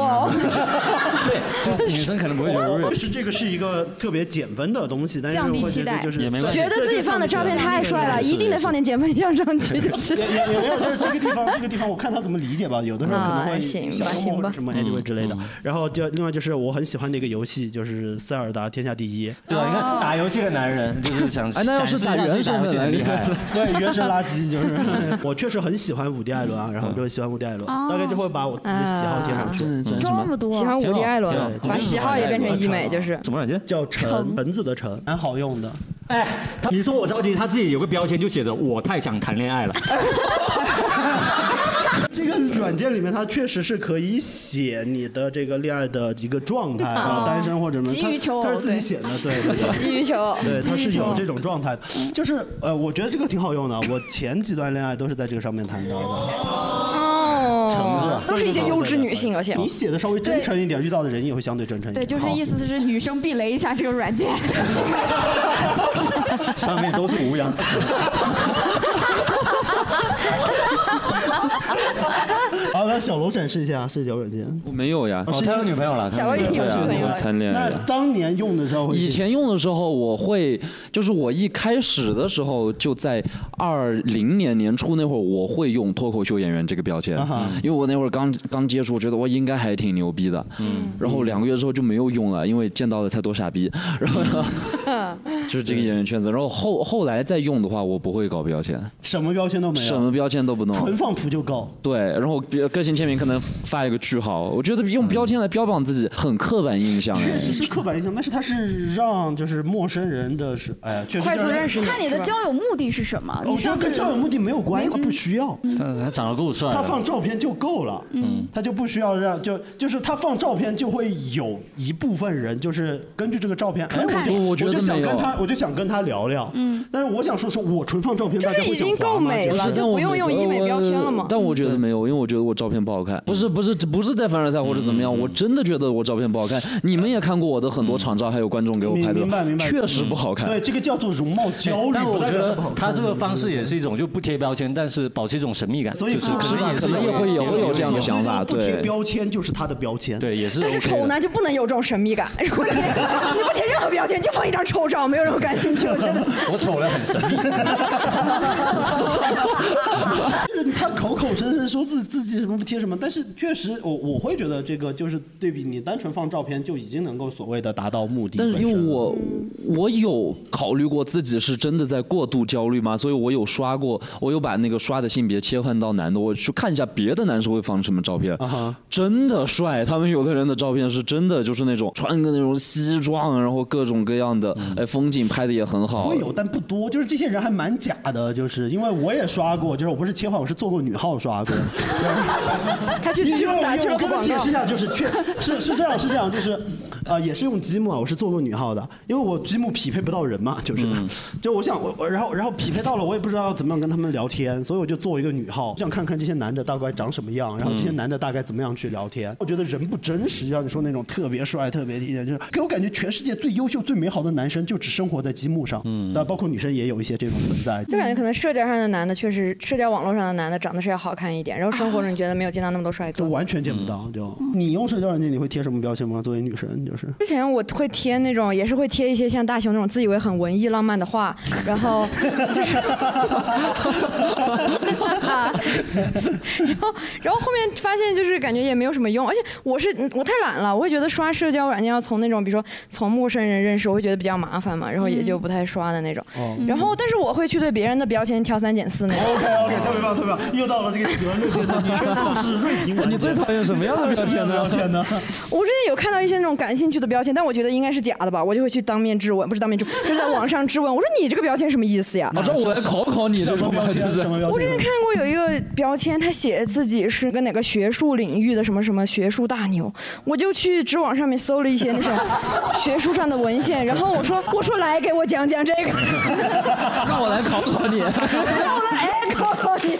B: 哦。
G: 对，女生可能不会觉得
D: 是这个是一个特别减分的东西，但是
B: 降低
D: 我觉
B: 期
D: 得
B: 待
D: 就是
B: 也没关系
D: 对
B: 觉得自己
D: 对
B: 放的照片太帅了
D: 对对对
B: 一定得放点减分项上去就 是
D: 也也也没有，就是这个地方，这个地方我看他怎么理解吧，有的时候可能
B: 啊
D: 会
B: 行
D: 小
B: 吧
D: 幽
B: 行
D: 默或
B: 吧
D: 者什么
G: 嗯
D: anyway 之类的。然后就另外就是我很喜欢的一个游戏，就是塞尔达天下第一。
G: 对吧？你
B: 哦
G: 看打游戏的男人就是想
D: 哎那要
G: 展
D: 是
G: 示一
D: 打
G: 下自己打游戏很厉害。
D: 对，原神垃圾就是我确实很喜欢伍迪·艾伦啊，然
G: 嗯
D: 后就很喜欢伍迪·艾伦，
B: 哦
D: 大概就会把我自己的喜好贴上去
B: 啊嗯。
E: 这么多
B: 喜欢伍迪·艾伦
D: 挺好挺，好
B: 把喜好也变成医美，就是
G: 什么软件？
D: 叫橙橙子的橙，蛮好用的。
G: 哎，他你说我着急，他自己有个标签就写着“我太想谈恋爱了”，
D: 这个软件里面，它确实是可以写你的这个恋爱的一个状态啊，
E: 哦
D: 单身或者什么，
E: 急于求偶
D: 它它是自己写的，对对对，
E: 急于求偶
D: 对，它
E: 急于
D: 是
E: 求偶
D: 有这种状态的，就是呃，我觉得这个挺好用的，我前几段恋爱都是在这个上面谈到的，啊
B: 哦，都是一些优质女
L: 啊
B: 性，而且
D: 你写的稍微真诚一点，遇到的人也会相对真诚一
L: 对，
D: 点，
L: 就是 意思是女生避雷一下这个软 件。
G: 上面都是吴阳。
D: 好，那小楼展示一下社交软件，
H: 我没有呀，
D: 哦他有女朋友了他有小楼女已经有
H: 对啊
D: 女朋友了
H: 我谈恋
D: 那
H: 爱了。
D: 当年用的时候会
H: 以前用的时候，我会就是我一开始的时候就在二零年年初那会儿，我会用脱口秀演员这个标签
D: 啊哈，
H: 因为我那会儿刚刚接触，觉得我应该还挺牛逼的。嗯，然后两个月之后就没有用了，因为见到了太多傻逼。 然后
D: 嗯
H: 呢 就是这个演员圈子，然后后后来再用的话，我不会搞标签，
D: 什么标签都没有，
H: 什么标签都不弄，
D: 纯放图就够。
H: 对，然后比个性签名可能发一个句号，我觉得用标签来标榜自己很刻板印象。哎
D: 确实是刻板印象，但是它是让就是陌生人的是，哎呀，确实就是哦
L: 看你的交友目的是什么？
D: 我
L: 你
D: 觉
L: 上
D: 得跟
L: 次
D: 交友目的没有关系，不需要。
B: 嗯
G: 他他长得够帅了，
D: 他放照片就够了，嗯，他就不需要让就就是他放照片就会有一部分人就是根据这个照片，哎，
H: 纯看
D: 我就
H: 脸
D: 我
H: 我觉得
D: 就想
H: 没有
D: 跟他，我就想跟他聊聊，嗯，但是我想说说，我纯放照片，
B: 就
D: 大
B: 是
D: 家会
B: 已
D: 想
B: 经
D: 滑
B: 够
D: 吗
B: 美
D: 就是
B: 了就不用用医美标签了嘛
H: 但我觉得
D: 嗯
H: 没有，因为我觉得我照片不好看。不是不是不是在凡尔赛或者怎么
D: 嗯
H: 样，我真的觉得我照片不好看。你们也看过我的很多场照，还有观众给我
D: 嗯明
H: 拍的
D: 明白明，白，
H: 确实不好
D: 对，
H: 看。
D: 这个叫做容貌焦虑，
G: 哎但我
D: 不代
G: 觉
D: 表
G: 得
D: 不好看
G: 他这个方式也是一种就不贴标签，但是保持一种神秘感，
D: 所以
G: 就是
D: 不
G: 可
D: 是吧
G: 能也是
H: 可能也会有会有这样的想法
D: 所以不贴
H: 对
D: 标签就是他的标签，
G: 对，也是
B: 但是丑男就不能有这种神秘感。 如果你你不贴任何标签，就放一张丑照，没 有人会感兴趣。我觉得
G: 我丑了很神秘。
D: 就是他口口声声说自自己什么不贴什么，但是确实我我会觉得这个就是对比你单纯放照片就已经能够所谓的达到目的
H: 但
D: 本身。
H: 是因为我我有考虑过自己是真的在过度焦虑吗？所以我有刷过，我有把那个刷的性别切换到男的，我去看一下别的男生会放什么照片。
D: 啊
H: 真的帅，他们有的人的照片是真的就是那种穿个那种西装，然后各种各样的，哎，风景拍的也很好。
D: 嗯会有，但不多。就是这些人还蛮假的，就是因为我也刷过，就是我不是切换，我是做过女号刷过。
B: 他去
D: 因为
B: 俱乐
D: 我
B: 部打俱乐
D: 我
B: 部
D: 跟他
B: 广
D: 解
B: 告
D: 释一。下，就是确是是这样是这样，就是呃也是用积木啊，我是做过女号的，因为我积木匹配不到人嘛，就是、 就我想我我然后然后匹配到了，我也不知道怎么样跟他们聊天，所以我就做一个女号，想看看这些男的大概长什么样，然后这些
G: 嗯
D: 男的大概怎么样去聊天。我觉得人不真实，就像你说那种特别帅、特别体贴，就是给我感觉全世界最优秀、最美好的男生就只生活在积木上，那包括女生也有一些这种存在。
B: 就感觉可能社交上的男的确实，社交网络上的男的长得是要好看一点，然后生活中你觉得没有见到那么多帅哥，
D: 完全见不到。就
B: 嗯
D: 你用社交软件，你会贴什么标签吗？作为女生，就是
B: 之前我会贴那种，也是会贴一些像大雄那种自以为很文艺浪漫的话，然后就是，然后然后后面发现就是感觉也没有什么用，而且我是嗯我太懒了，我会觉得刷社交软件要从那种比如说从陌生人认识，我会觉得比较麻烦嘛，然后也就不太刷的那种。
D: 哦
B: 然后但是我会去对别人的标签挑三拣四那种。
D: OK 哎 OK，特别棒，特别棒，又到了这个喜欢这个女生总是锐评环节。你最讨厌什么样的标签呢？标签呢？
B: 我之前有看到一些那种感兴趣的标签，但我觉得应该是假的吧，我就会去当面质问，不是当面质问，就是在网上质问。我说你这个标签什么意思呀？
H: 我说我来考考你这种标签是什么标
B: 我之前看过有一个标签，他写自己是个哪个学术领域的什么什么学术大牛，我就去知网上面搜了一些那 种学术上的文献，然后我说我说来给我讲讲这 个，
H: 那我来考考你。
B: 让我来哎考考你，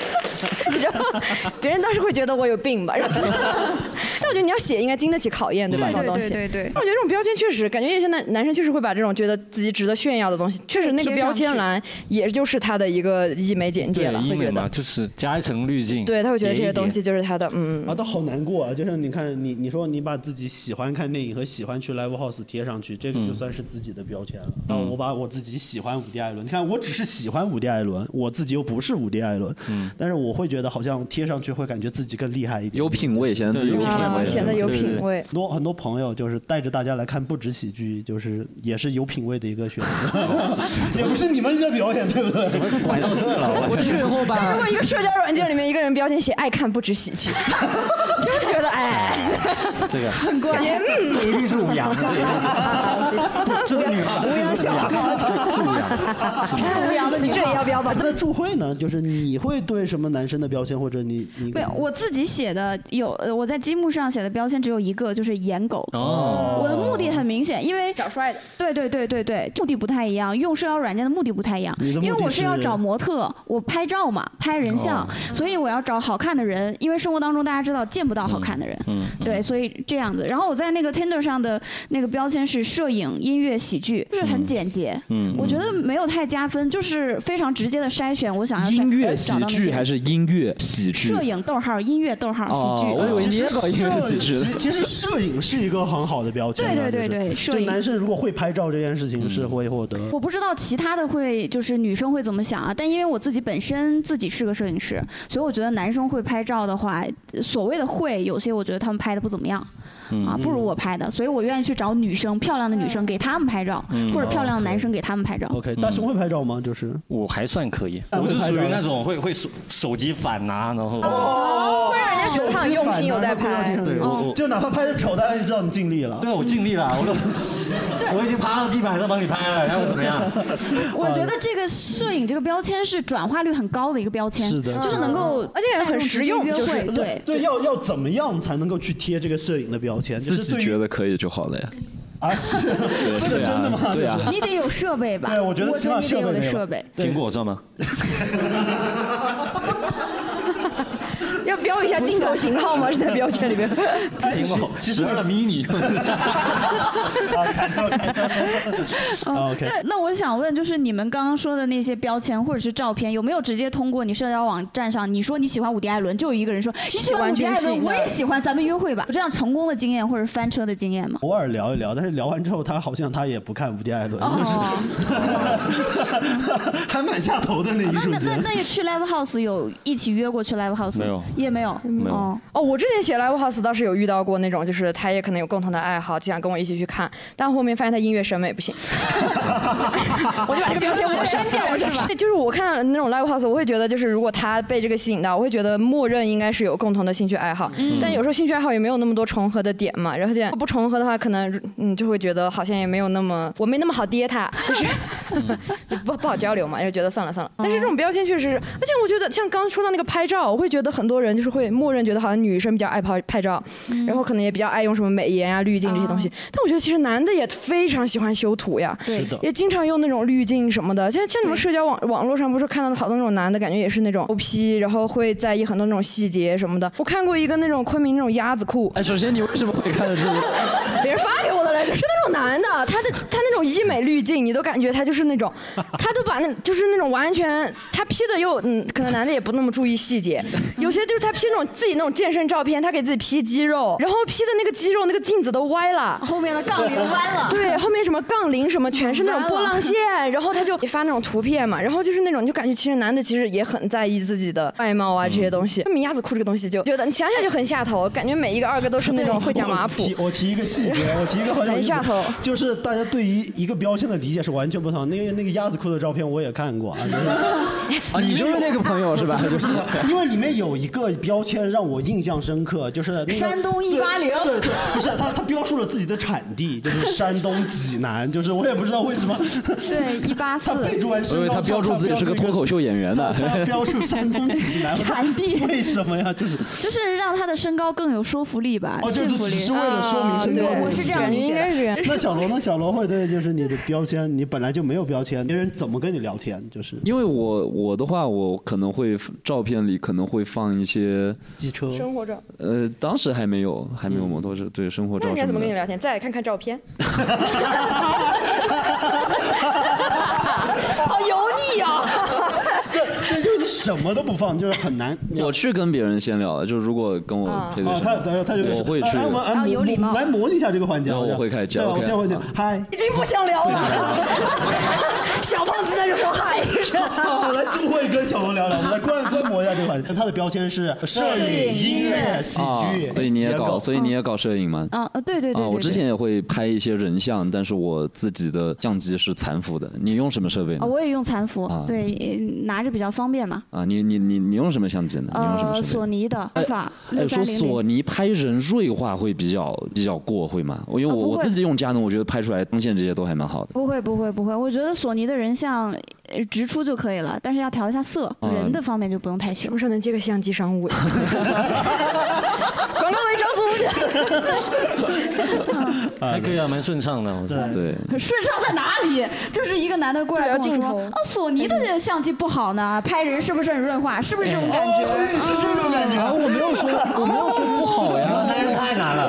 B: 然后别人当时会觉得我有病吧，然后但我觉得你要写应该经得起考验，对吧？
J: 对
B: 这种东西
J: 对对对对
B: 我觉得这种标签确实感觉有些男男生确实会把这种觉得自己值得炫耀的东西，确实那个
J: 贴上
B: 标签
J: 去
B: 栏也就是他的一个医美简介
G: 对
B: 了，，
G: 医
B: 会
G: 美
B: 觉得
G: 嘛，。就是加一层滤镜。
B: 对他会觉得这些东西
G: 叠一叠
B: 就是他的，嗯
D: 啊，都好难过啊！就像你看，你你说你把自己喜欢看电影和喜欢去 live house 贴上去，这个就
G: 嗯
D: 算是自己的标签了。
R: 嗯
D: 然后我把我自己喜欢伍迪·艾伦，你看我只是喜欢伍迪·艾伦，我自己又不是伍迪·艾伦，但是我会觉得好像贴上去会感觉自己更厉害一点，有
H: 品味，显得自己有品味
B: 显得有品味。
D: 很多很多朋友就是带着大家来看不止喜剧，就是也是有品味的一个选择，也不是你们在表演，对不对？怎么
G: 拐到这了我
B: 如果一个社交软件里面一个人标签写爱看不止喜 剧，就会觉得哎，
G: 这个
B: 很怪嗯
G: 这一定是五羊，这 一定是，这是女汉，这
B: 五羊
G: 是
B: 小
G: 五羊是
B: 孩，
G: 是五羊。
E: 是阳的女
D: 这
E: 这
D: 也
E: 也
D: 要
E: 要
D: 不要吧？那祝慧呢？就是你会对什么男生的标签，或者你你
F: 没有，我自己写的有，呃我在积木上写的标签只有一个，就是颜狗。
D: 哦
F: 我的目的很明显，因为找
B: 帅的。
F: 对对对对对，目的不太一样，用社交软件的目的不太一样，
D: 你的
F: 因
D: 目
F: 为
D: 的
F: 我是要
D: 是
F: 找模特，我拍照嘛，拍人像，所以我要找好看的人，因为生活当中大家知道见不到好看的人。
G: 嗯，
F: 对，所以这样子。然后我在那个 Tinder 上的那个标签是摄影、音乐、喜剧，就是很简洁。
H: 嗯
F: 我觉得没有太加分，就是非常直接的筛选我想要
H: 音乐
F: 找
H: 喜
F: 到那些
H: 剧
F: 人
H: 还是音乐喜剧？
F: 摄影逗号音乐逗号喜剧。
H: 哦
F: 呃
H: 我以为你也搞音乐喜剧的
D: 其实摄影是一个很好的标签啊，
F: 对对对
D: 就是
F: 对摄
D: 就
F: 影
D: 男生如果会拍照这件事情是会获得。
F: 我不知道其他的会就是女生会怎么想啊，但因为我自己本身自己是个摄影师，所以我觉得男生会拍照的话，所谓的会有些我觉得他们拍的不怎么样。啊，不如我拍的，所以我愿意去找女生，漂亮的女生给他们拍照，
G: 嗯
F: 或者漂亮的男生给他们拍照。
D: OK，大雄会拍照吗？就是
G: 我还算可以，
D: 啊
G: 我是
D: 会拍
G: 属于
D: 照
G: 那种会会手手机反拿，然后
B: 哦会让人家觉得他很用心有在拍。
D: 对，
G: 我我
D: 就哪怕拍的丑，大家就知道你尽力了。
G: 对我尽力了，
F: 啊
G: 我都我已经趴到地板上帮你拍了，然后怎么样？
D: 啊
F: 我觉得
D: 呃
F: 这个摄影这个标签是转化率很高的一个标签，
D: 是的
F: 就是能够
B: 而且很
F: 带动直
B: 实
F: 接
B: 用
F: 约
B: 就是
F: 会，
D: 对对，要要怎么样才能够去贴这个摄影的标签？
H: 自己觉
D: 得
H: 得可以就好了呀。
D: 啊， 是
H: 对
D: 是
H: 对啊
D: 真的吗？
H: 对啊
D: 就是
F: 你得有设备吧？
D: 对我觉得起码
F: 你得有
D: 设备
F: 的
D: 没有
F: 设备。
G: 苹果算吗？
B: 要标 一下镜头型号吗？是在标签里边。
G: 苹果
D: 其实
G: 十二 mini。
D: 啊 OK，
F: 那那我想问，就是你们刚刚说的那些标签或者是照片，有没有直接通过你社交网站上，你说你喜欢伍迪·艾伦，就有一个人说你喜欢伍迪·艾
B: 喜欢
F: 伦，
B: 定性
F: 我
B: 的
F: 也喜欢，咱们约会吧？有这样成功的经验或者翻车的经验吗？
D: 偶尔聊一聊，但是聊完之后，他好像他也不看伍迪·艾伦，就是还蛮下头的那一瞬
F: 那那
D: 间。
F: 那也去 live house 有一起约过去 live house 吗
D: 没有
F: 也没有，
D: 没有
F: 哦
B: 哦，我之前写 live house 倒是有遇到过那种，就是他也可能有共同的爱好，就想跟我一起去看，但后面发现他音乐审美不行， 我就把这个标 签我删掉了，
J: 是吧
B: 对，就是我看到那种 live house，我会觉得就是如果他被这个吸引到，我会觉得默认应该是有共同的兴趣爱好，
J: 嗯
B: 但有时候兴趣爱好也没有那么多重合的点嘛，然后这样不重合的话，可能嗯就会觉得好像也没有那么我没那么好跌他，就是 不不好交流嘛，就觉得算了算了。但是这种标签确实是，而且我觉得像刚说到那个拍照，我会觉得很多人就是会默认觉得好像女生比较爱拍拍照，然后可能也比较爱用什么美颜啊、滤镜这些东西。但我觉得其实男的也非常喜欢修图呀，
D: 对是的
B: 也经常用那种滤镜什么的。像像你们社交网网络上不是看到好多那种男的，感觉也是那种 O P，然后会在意很多那种细节什么的。我看过一个那种昆明那种鸭子裤，
H: 哎，首先你为什么会看到这个？
B: 别人发给我的来着，是那种男的，啊他的他那种医美滤镜，你都感觉他就是那种，他都把那就是那种完全他 P 的又嗯，可能男的也不那么注意细节，有些就是他 P 那种自己那种健身照片，他给自己 P 肌肉，然后 P 的那个肌肉那个镜子都歪了，
L: 后面的杠铃弯了
B: 对，后面什么杠铃什么全是那种波浪线，然后他就发那种图片嘛，然后就是那种你就感觉其实男的其实也很在意自己的外貌啊这些东西，米鸭子裤这个东西就觉得你想想就很下头，感觉每一个二哥都是那种会讲马
D: 我
B: 普
D: 提。我提一个细节，我提一个很有意思
B: 很下头，
D: 就是大家对于一个标签的理解是完全不同。那个那个鸭子裤的照片我也看过啊，就是
H: 啊你就是那个朋友是 吧
D: 不不是，因为里面有一个标签让我印象深刻，就是呃那个
L: 山东180
D: 对对对，不是他他标述了自己的产地，就是山东济南，就是我也不知道为什么。
L: 对，一八四。
D: 备注完身
H: 因为
D: 高
H: 他标注自己是个脱口秀演员的，
D: 他标注山东济南
L: 产地
D: 为什么呀？ 就是
L: 就是让他的身高更有说服力吧，
D: 哦，就
L: 信
D: 是
L: 服力。
D: 只是为了说明身
L: 啊对
D: 高的问
L: 我
D: 题，
L: 是这样理解的，
D: 那小罗呢？小罗会对，就是你的标签，你本来就没有标签，别人怎么跟你聊天？就是
H: 因为我我的话，我可能会照片里可能会放一些
D: 机车嗯
B: 生活照，
H: 呃，当时还没有还没有摩托车，对生活
B: 那
H: 照
B: 人家
H: 什
B: 怎么
H: 么
B: 跟你
H: 的。
B: 聊天？再来看看照 片。哎
P: 好油腻啊！
D: 对，对，就是你什么都不放，就是很难。
H: 我去跟别人先聊的，就是如果跟我
D: 啊
H: 配对
D: 哦
H: 什
D: 他
H: 么
D: 他
H: 的，
D: 他就
H: 我会去
D: 哎，我们哎
L: 哦
D: 我们来模拟一下这个环节，
H: 然后我会开始
D: 对，
H: 交
D: 我
H: 哎，OK 嗯
D: 先回去。嗨，
P: 已经不想聊 了。小胖子在这说嗨， 就 是。
D: 好，我来智慧跟小罗聊聊，我们来观观摩一下这个环节。他的标签是摄影、音乐、喜
H: 啊
D: 剧，，
H: 所以你也搞，所以
D: 嗯
H: 你也搞摄影
F: 嗯
H: 吗？
L: 啊，呃对对对
H: 啊，
L: 对。
H: 我之
L: 对
H: 前也会拍一些人像，但是我自己的相机是残幅的。你用什么设备
L: 啊，
H: 呢？
F: 哦
L: 我也用残幅
H: 啊，
L: 对，拿着比较方便嘛。
H: 啊，你你你你用什么相机呢？你用什么
L: 呃，
H: 设备？
L: 索尼的
H: 哎
L: 法
H: 哎，
L: 六
H: 说
L: 三零
H: 索
L: 零。
H: 尼拍人锐化会比较比较过，会吗？我因为我、
L: 啊不会
H: 我自己用佳能，我觉得拍出来光线这些都还蛮好的。
L: 不会不会不会，我觉得索尼的人像呃直出就可以了，但是要调一下色，
H: 啊
L: 人的方面就不用太
B: 是
L: 修
B: 不。是能接个相机商 务？广告没找
L: 组
G: 还可以啊，蛮顺畅的。我觉得
H: 对，
L: 顺畅在哪里？就是一个男的过来跟我说：“啊，索尼的相机不好
B: 嗯
L: 呢，拍人是不是很润滑？是不是这
H: 哎
L: 种感
H: 哦
L: 觉？”哦是这种感觉。
H: 我没有说，我没有说不好呀。
G: 男人太难了，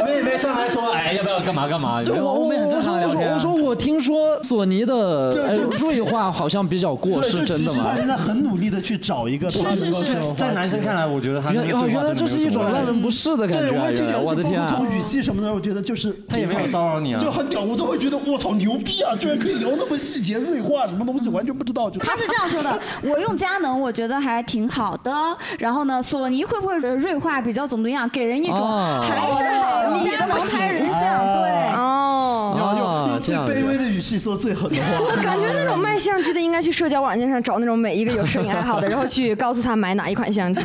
G: 我们也没上来说，哎，要不要干嘛干嘛？
H: 对，我我我说我说我说我听说索尼的
D: 这
H: 哎
D: 这
H: 锐化好像比较过，
D: 对，
H: 是
D: 就
H: 真
D: 其
H: 的
D: 实
H: 吗
D: 他？现 在很努力的去找一个他能够说的话
G: 在男生看来，我觉得他那个
H: 原哦
G: 对话
H: 原来
G: 真的
H: 这是
G: 没有
H: 一
G: 什么
H: 种
G: 问
H: 让
G: 题
H: 人不适的感
D: 对，
H: 觉啊！
D: 我也就
H: 原
D: 觉
H: 来
D: 得，
H: 我的天
D: 包括
H: 啊
D: 从！语气什么的，我觉得就是
G: 他也没有骚扰你啊
D: 就很屌，我都会觉得我操牛逼啊！居然可以聊那么细节锐化，什么东西完全不知道。就
L: 他是这样说 的：“我用佳能，我觉得还挺好的。然后呢，索尼会不会锐化比较怎么样，给人一种
D: 哦
L: 还是
B: 哦
L: 得
B: 你
L: 用
B: 的
L: 佳能
B: 不行
L: 拍人像。
D: 啊
L: 对，
B: 哦
D: 然后用用最
H: 这样子
D: 卑微的语气说最狠的话。
B: 我感觉那种卖相机的应该去社交软件上找那种每一个有摄影爱好的，然 后去告诉他买哪一款相机，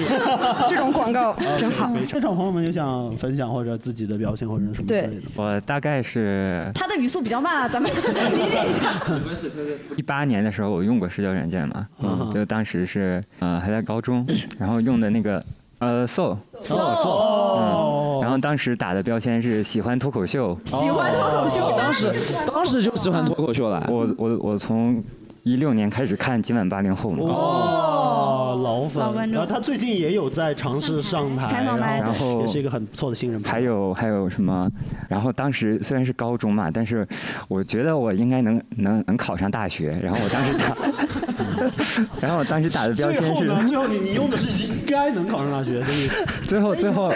B: 这种广告真好。
D: 现场朋友们有想分享或者自己的表现或者什么之类的？
Q: 我大概是
L: 他的语速比较慢啊，咱们 理解一下。
Q: 一八年的时候，我用过社交软件嘛，嗯，就当时是呃还在高 中，然后用的那个呃 Soul
G: Soul
L: Soul
Q: 嗯，然后当时打的标签是喜欢脱口秀，
L: 喜欢脱口秀
H: 当时当时就喜欢脱口秀了。
Q: 我我我从一六年开始看今晚八零后嘛，
D: 哦，老粉，
Q: 老观众
D: 然后他最近也有在尝试上台，
Q: 开放麦
D: 然后
Q: 对
D: 也是一个很不错的新人。
Q: 还有还有什么？然后当时虽然是高中嘛，但是我觉得我应该能能能考上大学。然后我当时 打， 然后我当时打的标
D: 最
Q: 签
D: 后
Q: 是
D: 呢， 最后你你用的是应该能考上大学，真的。
Q: 最后 最 后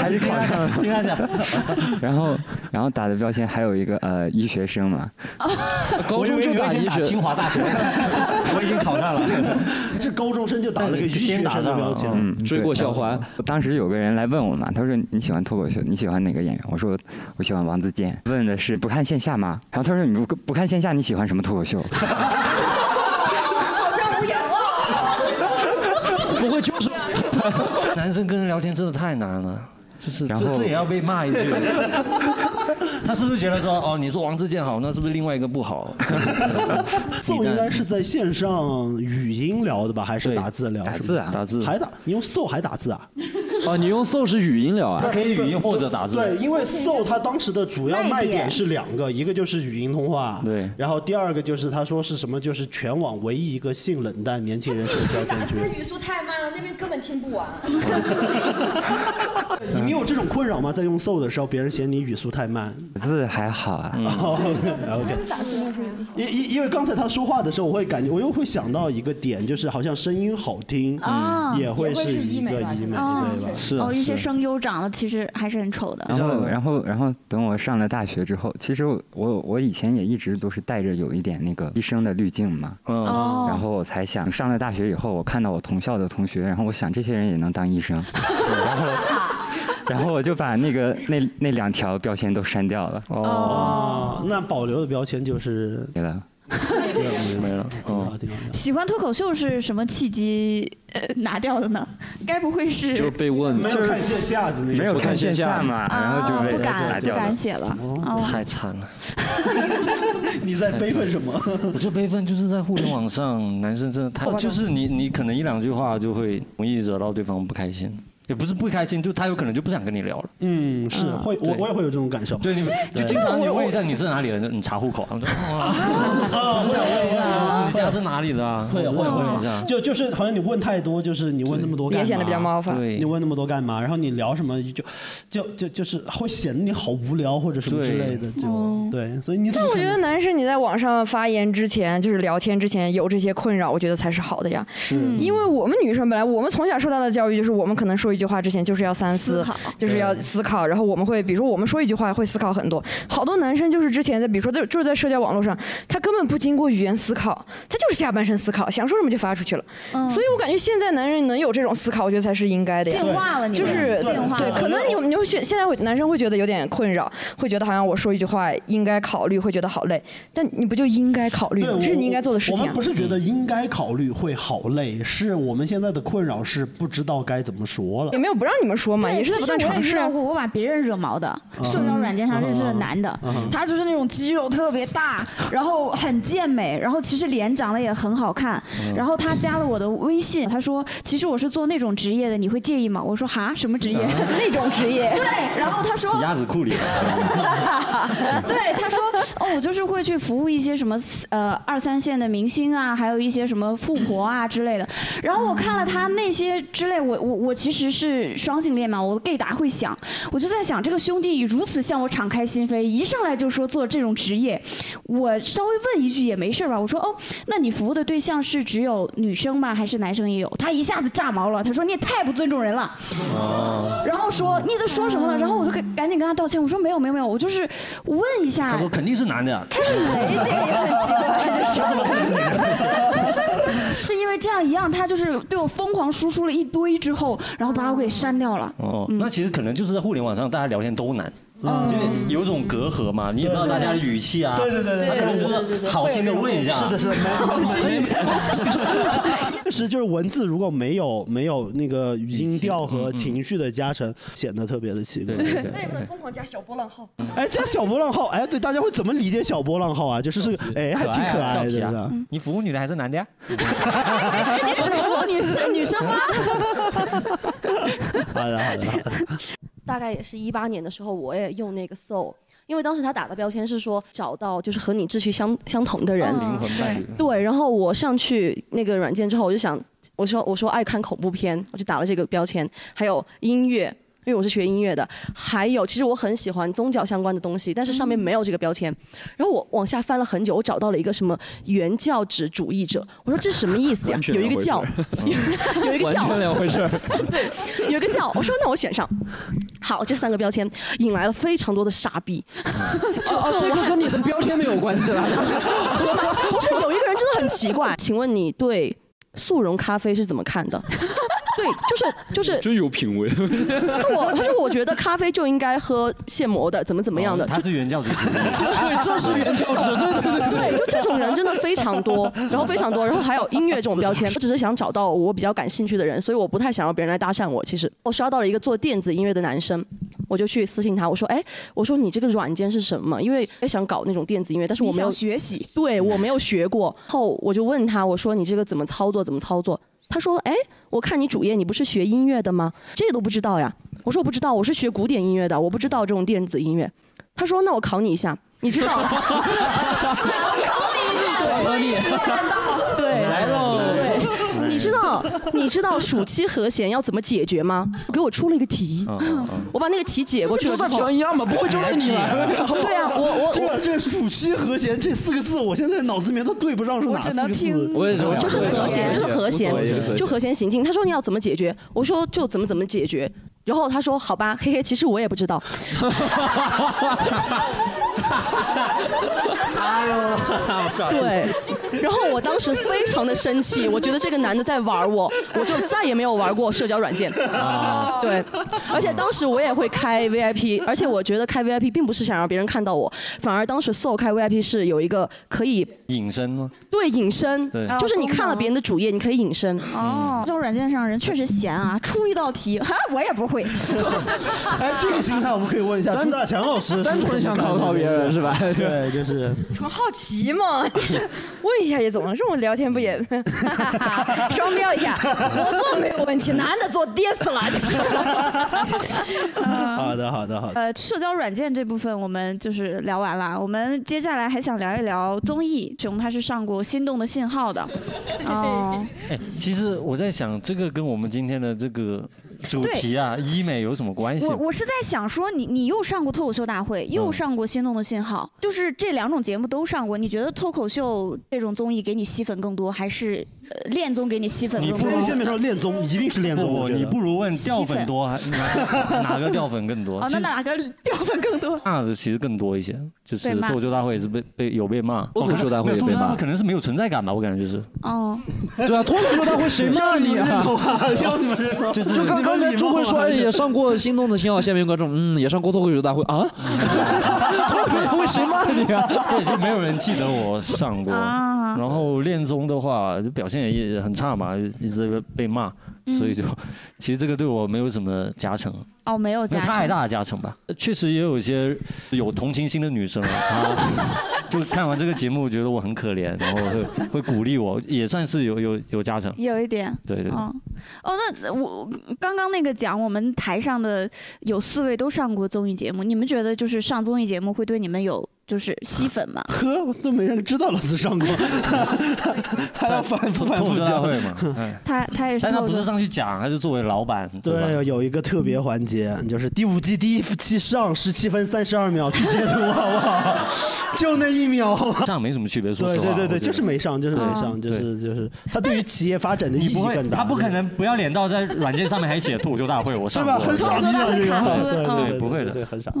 Q: 还是考 上了。
D: 听他讲，
Q: 然后然后打的标签还有一个呃医学生嘛，
H: 高中就打医学，
G: 学，我已经考上了。
D: 是高中生就打了个医学生的标签，
Q: 嗯，追过 校花。当时有个人来问我嘛，他说你喜欢脱口秀，你喜欢哪个演员？我说我喜欢王自健。问的是不看线下吗？然后他说你不不看线下，你喜欢什么脱 口秀？
P: 好像无言了。
H: 不会就是
G: 男生跟人聊天真的太难了，就是
Q: 然
G: 这
Q: 后
G: 这也要被骂一句。 他是不是觉得说哦，你说王自健好，那是不是另外一个不好？
D: 宋应该是在线上语音聊的吧，还是打字聊？
G: 打字啊打字
D: 还打？你用 so 还打字啊？
H: 哦，你用 so 是语音聊啊？
D: 它可以语音
G: 或者打字
D: 对，因为 So 它当时的主要卖点是两个，一个就是语音通话，对，然后第二个就是他说是什么，就是全网唯一一个性冷淡年轻人社交专区。
J: 语速太慢了，那边根本听 不完。
D: 你有这种困扰吗？在用 So 的时候，别人嫌你语速太慢？
Q: 字还好啊。
D: 哦 OK。因因因为刚才他说话的时候，我会感觉我又会想到一个点，就是好像声音好
Q: 嗯
D: 听，
L: 哦
F: 啊
D: 也会
F: 也会
D: 是
F: 是
D: 一
F: 医
D: 个
F: 美
D: 医
F: 吧
D: 美，对
F: 啊
D: 吧？
Q: 是
F: 哦，一些
Q: 是
F: 声优长得其实还是很丑的。
Q: 然后，然后，然后等我上了大学之后，其实我我我以前也一直都是带着有一点那个医生的滤镜嘛，
D: 嗯
F: 哦
Q: 然后我才想上了大学以后，我看到我同校的同学，然后我想这些人也能当 医生，然后，然后我就把那个那那两条标签都删掉了。
D: 哦，那保留的标签就是
Q: 没了，
G: 没了，
D: 挺好，挺好。
Q: 嗯
F: 喜欢脱口秀是什么契机呃拿掉的呢？该不会是
H: 就是被问，
D: 没有看线下的那个
Q: 没
D: 时
Q: 有
D: 候
Q: 看线下嘛，然后就
F: 啊
Q: 被
F: 不敢
Q: 拿
F: 不
Q: 掉了
F: 敢。写 了。哦
G: 太惨了。
D: 你在悲愤什么？
G: 我这悲愤就是在互联 网上，男生真的太……就是你你可能一两句话就会容易惹到对方不开心，也不是不开心，就他有可能就不想跟你聊了。
D: 嗯，是
G: 嗯
D: 会，我
G: 对
D: 我也会有这种感受。
G: 对，你就经常你问一下你在哪里人，你查 户口，我说哦我是这样问一下，你家是哪里的啊？
D: 会
G: 我
D: 会
G: 问问一
D: 会，
G: 下。
D: 就就是好像你问太多，就是你问那么多干嘛
B: 也哦显得比较麻烦
G: 对
D: 你问那么多干嘛？然后你聊什么就就就就是会显得你好无聊或者什么之类的，就对，所以你怎
B: 哦但
D: 么
B: 我
D: 可
B: 觉
D: 能
B: 得男生你在网上发言之前，就是聊天之前有这些困扰，我觉得才是好的呀。
D: 是
B: 因为我们女生本来我们从小受到的教育就是，我们可能说一句话之前就是要三思，就是要思考，然后我们会比如说我们说一句话会思考很多。好多男生就是之前在比如说就就是在社交网络上，他根本不经过语言思考，他就是下半身思考，想说什么就发出去了。所以我感觉现在男人能有这种思考，我觉得才是应该的呀。
F: 进化了你
B: 就
F: 们
B: 是
F: 进化
B: 对，
F: 了
B: 可能你们你们现现在会男生会觉得有点困扰，会觉得好像我说一句话应该考虑，会觉得好累。但你不就应该考虑
D: 对，
B: 吗？
D: 我
B: 这是你应该做的事情、啊。
D: 我们不是觉得应该考虑会好累，是我们现在的困扰是不知道该怎么说了
B: 也。没有不让你们说嘛，
F: 对
B: 也是在
F: 其
B: 不
F: 实
B: 断
F: 我也
B: 尝
F: 遇
B: 试
F: 到
B: 啊。
F: 过，我把别人惹毛的。社交软件上认识的男的
B: 嗯嗯嗯，
F: 他就是那种肌肉特别大，然后很健美，然后其实脸长得也很好看。然后他加了我的微信，他说：“其实我是做那种职业的，你会介意吗？”我说：“哈，什么职业？
B: 那种职 业
F: 对，然后他说：“
G: 鸭子库 里的，
F: 对，他说哦，我就是会去服务一些什么呃二三线的明星啊，还有一些什么富婆啊之类的。然后我看了他那些之类，我我我其实是双性恋嘛，我 gay 达会想，我就在想这个兄弟如此向我敞开心扉，一上来就说做这种职业，我稍微问一句也没事吧。我说哦，那你服务的对象是只有女生吗？还是男生也有？他一下子炸毛了，他说你也太不尊重人了。然后说你在说什么呢？然后我就赶赶紧跟他道歉，我说没有没有没有，我就是问一下。
D: 哎
G: 他说肯定是男的啊呀。
F: 雷电也很奇怪，就是。是因为这样一样，他就是对我疯狂输出了一堆之后，然后把我给删掉了。
G: 哦，那其实可能就是在互联网上，大家聊天都难。因为有种隔阂嘛，你也不知道大家的语气啊，
D: 嗯对对对对
G: 他可能
D: 对
G: 就
D: 对对对
G: 是好心的问一下，
D: 是的，是的，没 确实就是文字如果没有没有那个语嗯音调和情绪的加成，显得特别的奇怪。
J: 那也不能疯狂加小波浪号。
D: 哎，这小波浪号，哎，对，大家会怎么理解小波浪号啊？就是是，哎，还挺可爱的，
G: 啊
D: 对吧？
G: 你服务女的还是男的呀？
D: 嗯
E: 哎
F: 你只服务 女生女生吗？
D: 好的，好的，好的。
S: 大概也是一八年的时候，我也用那个 Soul，因为当时他打的标签是说找到就是和你志趣相相同的人，
G: 灵魂伴侣
S: 对，然后我上去那个软件之后，我就想，我说我说爱看恐怖片，我就打了这个标签，还有音乐。因为我是学音乐的，还有其实我很喜欢宗教相关的东西，但是上面没有这个标签。然后我往下翻了很久，我找到了一个什么原教旨主义者，我说这什么意思呀
H: 完？全
S: 有一
H: 两
S: 个
H: 回
S: 教， 有一个教，
H: 完全两回事儿。
S: 有一个叫，我说那我选上。好，这三个标签引来了非常多的傻逼。
H: 哦哦这个跟你的标签没有关系了
S: 不是有一个人真的很奇怪，请问你对速溶咖啡是怎么看的？对，就是就是。
H: 真有品味。
S: 他我他说我觉得咖啡就应该喝现磨的，怎么怎么样的。
G: 哦他是原教旨主义
H: 对，这是原教旨，对对对
S: 对，就这种人真的非常 多，然后非常多，然后还有音乐这种标签。我只是想找到我比较感兴趣的人，所以我不太想让别人来搭讪我。其实我刷到了一个做电子音乐的男生，我就去私信他，我说：“哎，我说你这个软件是什么？因为也想搞那种电子音乐，但是我没有
F: 你想学习，
S: 对我没有学过。后我就问他，我说你这个怎么操作？怎么操作？他说：“哎，我看你主页，你不是学音乐的吗？这都不知道呀。”我说：“我不知道，我是学古典音乐的，我不知道这种电子音乐。”他说：“那我考你一下，你知道？”
T: 考你一下，
S: 对，
T: 来喽，
S: 哦对，你知道你知道暑期和弦要怎么解决 吗？给我出了一个题，
D: 嗯
S: 我把那个题解过去了之
D: 这不
S: 后，
D: 跟平一样吗不会就是你吧
S: 对啊，我我
D: 这
S: 我
D: 个这个暑期和弦这四个字，我现在脑子里面都对不上是哪四个字。
S: 就是和弦，就是和
D: 无所谓
S: 弦，就和弦行进。他说你要怎么解决？我说就怎么怎么解决。然后他说好吧，嘿嘿，其实我也不知道。
D: 哎
S: 对， 然后我当时非常的生气，我觉得这个男的在玩我，我就再也没有玩过社交软件。
T: 啊
S: 对，而且当时我也会开 VIP，而且我觉得开 VIP 并不是想让别人看到我，反而当时 s o 开 VIP 是有一个可以
G: 隐身吗？
S: 对隐身
G: 对，
S: 就是你哦看了别人的主页，你可以隐身。
F: 哦，这种软件上人确实闲啊，出一道 题，哈，我也不会。呃
D: 哎，这个心态我们可以问一下朱大强老师，
H: 单纯想考考别人是吧？
D: 对，就是
B: 么好奇嘛， 问一下也总能这种聊天不也， 双标一下，我做没有问题，男的做跌死了，就是。
D: 好的，好的，好的。
F: 呃，社交软件这部分我们就是聊完了，我们接下来还想聊一聊综艺。熊他是上过《心动的信 号》的，哦，
G: 哎，其实我在想，这个跟我们今天的这个主题啊，医美有什么关系？
F: 我我是在想说你，你又上过脱口秀大会，
G: 嗯
F: 又上过《心动的信号》就是这两种节目都上过。你觉得脱口秀这种综艺给你吸粉更多，还是呃恋综给你吸粉
D: 你
F: 更
D: 不
F: 多？
D: 如 下面说恋综，一定是恋综。
G: 不
D: 我
G: 不，
D: 觉得
G: 你不如问掉粉多还哪哪个掉粉更多？
F: 哦，
G: 其
F: 那
G: 实
F: 哪个掉粉 更多？
G: 骂的其实更多一些，就是
F: 被骂
G: 脱口秀大会也是被被有被骂，
H: 脱口秀大会也被骂
G: 没有脱口秀大会可能是没有存在感吧，我感觉就是。
F: 哦，
H: 对啊，脱口秀大会谁骂你啊？
G: 就是
H: 就刚刚才朱慧说哎也上过《心动的信号》，下面观众嗯也上过脱口秀大会啊， 脱口秀大会谁骂你啊？
G: 对，就没有人记得我上过。
F: 啊
G: 然后恋综的话，就表现也也很差嘛，一直被骂，
F: 嗯
G: 所以就其实这个对我没有什么加成，
F: 哦，没有
G: 没
F: 加
G: 有
F: 成
G: 太大的加成吧。确实也有一些有同情心的女生 啊，就看完这个节目觉得我很可怜，然后会会鼓励我，也算是有有有加成。
F: 有一点。
G: 对对对
F: 嗯，哦，那我刚刚那个讲，我们台上的有四位都上过综艺节目，你们觉得就是上综艺节目会对你们有就是吸粉吗？
D: 呵，我都没人知道老师上过，还要反复反
G: 脱口
D: 复
G: 秀大
D: 教
G: 会嘛，哎
F: 他他也是
G: 但他
F: 透
G: 不
F: 露
G: 是上去讲，他是作为老板，对吧？
D: 对，有一个特别环节，就是第五季第一期上十七分三十二秒去截图，好不好？就那一秒，好吧？
G: 上没什么区别，说
D: 对
G: 实话。
D: 对对
G: 我觉
D: 对，
G: 得
D: 就是没上，就是没上，就是就是，他对于企业发展的意
G: 你
D: 义
G: 不会
D: 更，大。
G: 他不可能不要脸到在软件上面还写脱口秀大会，我上
D: 对吧
G: 过
D: 很傻逼啊这个
B: 嗯
D: 对对对
G: 对，不会的，
D: 对，很傻，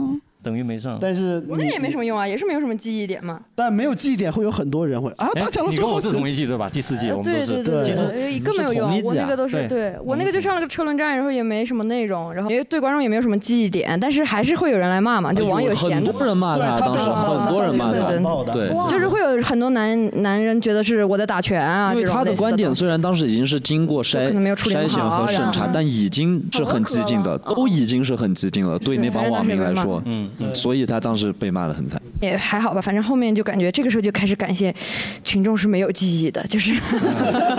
G: 等于没上。
D: 但是
B: 我那也没什么用啊，也是没有什么记忆点嘛。
D: 但没有记忆点，会有很多人会啊，
G: 哎
D: 大强老
G: 你
D: 师
G: 跟我
D: 好
G: 是
D: 奇
G: 同一季对吧？第四季我们都
B: 呃对
G: 是，
B: 对对
G: 其实
B: 对，
G: 你
B: 更
G: 们
B: 没有用
G: 同一。季
B: 我那
G: 啊
B: 个都是对我那个就上了个车轮战，然后也没什么内容，然后因为对观众也没有什么记忆点，但是还是会有人来
D: 哎
B: 骂啊嘛，就网友闲的
H: 哎很
B: 嘛。
H: 多人骂
D: 啊
H: 他，当时很多人骂他，对，
B: 就是会有很多男男人觉得是我在打拳啊，
H: 因为
B: 这种
H: 他的
B: 类似
H: 观
B: 东
H: 点
B: 西
H: 虽然当时已经是经过筛
B: 可能没有处理好
H: 筛选和审
B: 然
H: 查
B: 后，
H: 但已经是很激进的，
B: 嗯
H: 都已经是很激进了。对那帮网民来说，
G: 嗯，
H: 所以他当时被骂的很惨。
B: 也还好吧，反正后面就感觉这个时候就开始感谢群众是没有记忆的，就是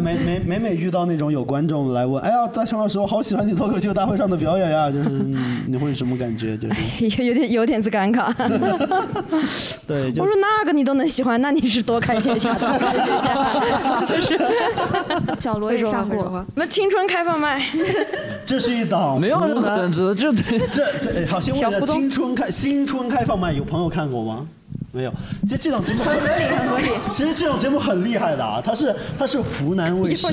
D: 每每每每遇到那种有观众来问，哎呀，大强老师，我好喜欢你脱口秀大会上的表演呀，就是 嗯你会什么感觉？就是
B: 有点有点子尴尬。
D: 对，就
B: 我说那个你都能喜欢，那你是多看线下，多看线下，就是
F: 小罗
B: 也
F: 上过
B: 我们青春开放麦，
D: 这是一档没有
H: 任何人知道，这
D: 这这哎好，先问一
B: 小
D: 下
B: 胡同
D: 青春开新春开放麦，有朋友看过吗？没有，其实这档节目很合理，很合理。 其实这档节目很厉害的啊，它是它是湖南卫视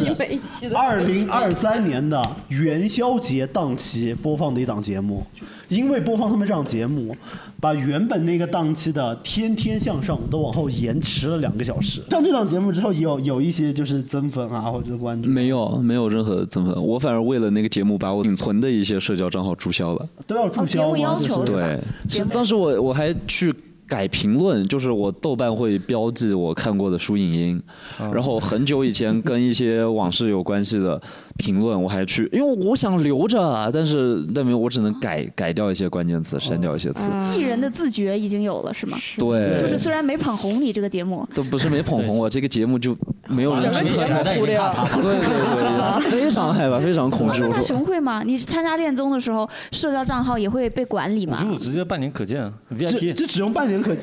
D: 二零二三年的元宵节档期播放的一档节目，因为播放他们这档节目，把原本那个档期的《天天向上》都往后延迟了两个小时。上这档节目之后，有有一些就是增粉啊或者关注，
H: 没有，没有任何增粉，我反而为了那个节目把我仅存的一些社交账号注销了。
D: 都要注销吗？就是
H: 对，是当时我我还去。改评论就是我豆瓣会标记我看过的书影音，然后很久以前跟一些往事有关系的评论我还去，因为我想留着啊，但是但没有我只能改改掉一些关键词，删掉一些词，
F: 艺人的自觉已经有了是吗？
H: 对
F: 就是虽然没捧红你这个节目，
H: 都不是没捧红我这个节目就没有人
F: 整个
H: 知
F: 节
H: 道
F: 目忽略了
H: 对对对，非常害怕，非常恐惧。
F: 哦那
H: 我
F: 大
H: 说
F: 熊会吗？你参加恋综的时候，社交账号也会被管理
G: 我
F: 吗
G: 觉？得我直接半年可见啊
D: 这
G: ，VIP
D: 这只用半 年可，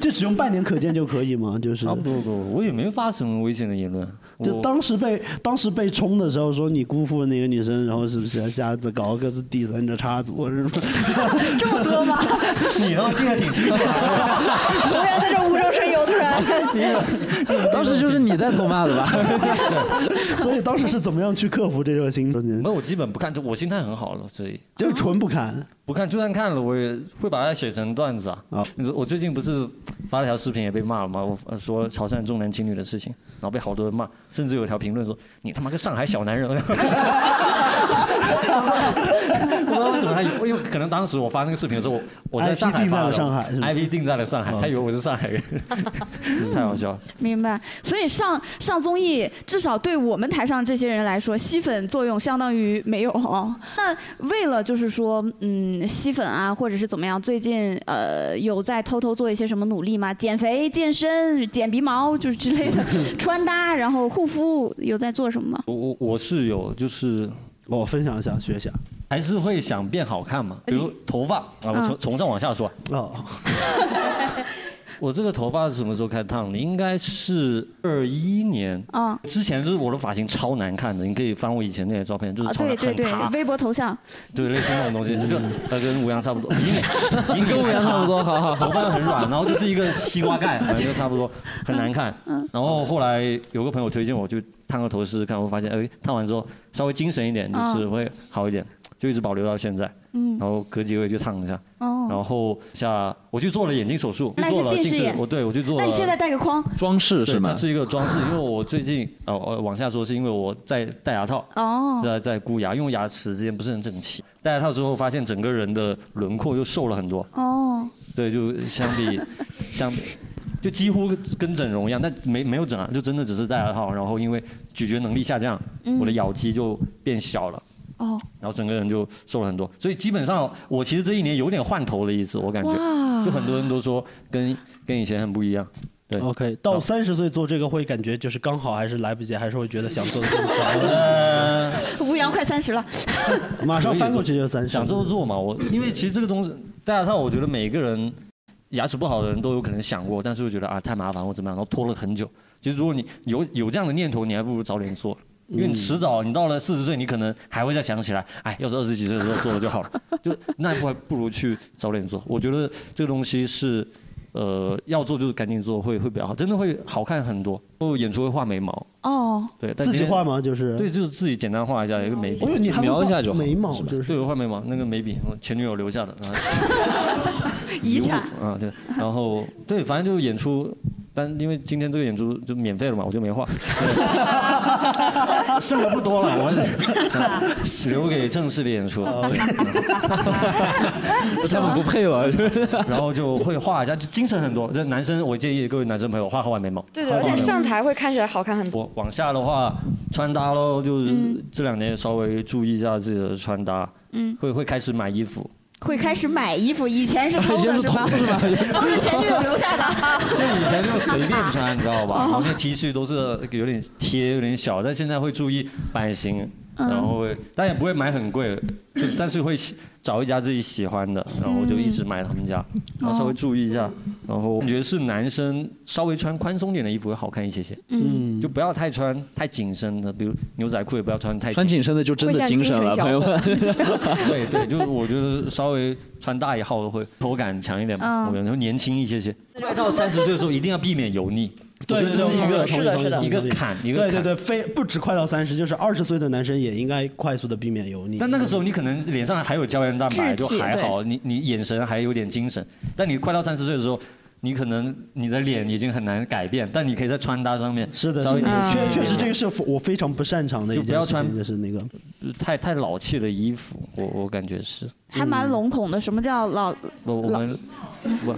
D: 这只用半年可见就可以吗？就是
G: 啊差不多不，我也没发什么危险的言论。
D: 就
G: 我
D: 当时被当时被冲的时候说你辜负了那个女生，然后是不是下次搞个是第三者插足是吗？
B: 这么多吗？
G: 你呢，记得挺清楚
B: 我也在这无中生有，突然。
H: 当时就是你在痛骂的吧？
D: 所以当时是怎么样去克服这热心？没
G: 有，我基本不看，就我心态很好了，所以
D: 就是纯不看。
G: 不看，就算看了，我也会把它写成段子啊。
D: 哦
G: 你说我最近不是发了条视频也被骂了吗？我呃说潮汕重男轻女的事情，然后被好多人骂，甚至有条评论说你他妈个上海小男人。 我不知道为什么他以为，因为可能当时我发那个视频的时候，我我在
D: IP
G: 上海
D: 定在
G: 发
D: 了
G: 的
D: 上海是哦吧
G: ，IP 定在了上海，他以为我是上海人， 太好笑了。
F: 明白。所以上上综艺，至少对我们台上这些人来说，吸粉作用相当于没有哦。那为了就是说，嗯，吸粉啊，或者是怎么样，最近呃有在偷偷做一些什么努力吗？减肥、健身、剪鼻毛，就是之类 的，穿搭，然后护肤，有在做什么吗？
G: 我我我是有，就是
D: 我分享一下，学一下，
G: 还是会想变好看嘛。比如头发啊，我从
F: 嗯
G: 从上往下说。
D: 哦，
G: 我这个头发是什么时候开始烫的？应该是二一年。
F: 嗯
G: 之前就是我的发型超难看的，你可以翻我以前那些照片，就是
F: 啊，
G: 超
F: 对
G: 难
F: 对
G: 很
F: 对
G: 塌，，
F: 微博头像，
G: 对类似那种东西，就呃跟吴阳差不多， 银
H: 嗯跟吴阳差不多好好好
G: 头发很软，然后就是一个西瓜盖，反正就差不多，很难看。
F: 嗯
G: 然后后来有个朋友推荐我就烫个头试试看，我发现哎烫完之后稍微精神一点，就是
F: 嗯
G: 会好一点，就一直保留到现在。
F: 嗯
G: 然后隔几个月就烫一下，
F: 哦
G: 然后下我去做了眼睛手术，
F: 那
G: 去
F: 是
G: 做了
F: 近视
G: 近视
F: 眼，
G: 我对我去做了。
F: 那你现在戴个框，
H: 装饰
G: 对它是一个装饰，因为我最近呃呃往下说是因为我在戴牙套，
F: 哦
G: 在在箍牙，因为牙齿之间不是很整齐，戴牙套之后发现整个人的轮廓又瘦了很多，
F: 哦，
G: 对，就相比相比。就几乎跟整容一样，但没没有整啊，就真的只是戴牙套，然后因为咀嚼能力下降，
F: 嗯
G: 我的咬肌就变小了，
F: 哦，
G: 然后整个人就瘦了很多。所以基本上我其实这一年有点换头的意思，我感觉
D: 哇，
G: 就很多人都说跟跟以前很不一样。对
D: ，OK，到三十岁做这个会感觉就是刚好还是来不及，还是会觉得想做的更
G: 早。
F: 吴阳快三十了，
D: 马上翻过去就三十。
G: 想做就做嘛，我因为其实这个东西戴牙套，我觉得每个人牙齿不好的人都有可能想过，但是又觉得啊太麻烦或怎么样，然后拖了很久。其实如果你有有这样的念头，你还不如早点做，因为你迟早你到了四十岁，你可能还会再想起来，哎，要是二十几岁的时候做了就好了，就那还不如去早点做。我觉得这个东西是。呃，要做就赶紧做，会会比较好，真的会好看很多。哦，演出会画眉毛，
F: 哦，
G: 对，但
D: 自己
G: 今天
D: 画吗？就是
G: 对，就是自己简单画一下，一个眉笔。
D: 哎呦你还会描一下就好眉毛
G: 是吧对，我画眉毛，那个眉笔我前女友留下的，然后
F: 遗产
G: 物啊，对，然后对，反正就是演出，但因为今天这个演出就免费了嘛，我就没画，对剩的不多了，我 想留给正式的演出。
B: 哦
G: 对
H: 他们不配我，
G: 然后就会画一下，就精神很多。这男生，我建议各位男生朋友画好画眉毛。
B: 对对，
G: 画好
B: 而且
G: 眉毛
B: 上台会看起来好看很多。
G: 我往下的话，穿搭喽，就是这两年稍微注意一下自己的穿搭，
F: 嗯
G: 会会开始买衣服，
F: 会开始买衣服，以 前是偷
G: 以前
F: 的
G: 是
F: 是吧？
G: 偷是吧
F: 都是前女友留 下 的。
G: 就以前就随便穿，你知道吧？
F: 哦
G: 我那 T 恤都是有点贴，有点小，但现在会注意版型，
F: 嗯
G: 然后会，但也不会买很贵，就但是会喜找一家自己喜欢的，然后就一直买他们家，然后稍微注意一下，然后感觉是男生稍微穿宽松点的衣服会好看一些些，
H: 嗯
G: 嗯，就不要太穿太紧身的，比如牛仔裤也不要穿太
H: 穿紧身的就真的精神了，朋友们。
G: 对对，就是我觉得稍微穿大一号的会口感强一点嘛，
F: 嗯
G: 我感觉年轻一些些。快到三十岁的时候，一定要避免油腻。
D: 对
G: 我觉得
D: 对
G: 这是
D: 对
G: 一个
D: 是的是的
G: 一个坎， 一个
D: 对对
G: 坎。
D: 对，非不止快到三十，就是二十岁的男生也应该快速的避免油腻。
G: 但那个时候你可能脸上还有胶原蛋白，
D: 稚
G: 就
D: 气
G: 还好，你你眼神还有点精神。但你快到三十岁的时候，你可能你的脸已经很难改变，但你可以在穿搭上面
D: 是的
G: 稍微
D: 是
G: 年
H: 嗯
D: 的，
G: 轻一
D: 确确实
G: 点
D: 这个是我非常不擅长的一
G: 就
D: 件事
G: 不
D: 情，
G: 要穿
D: 就是那个
G: 太太老气的衣服，我我感觉是。
F: 还蛮笼统的，什么叫 老
G: 我我们我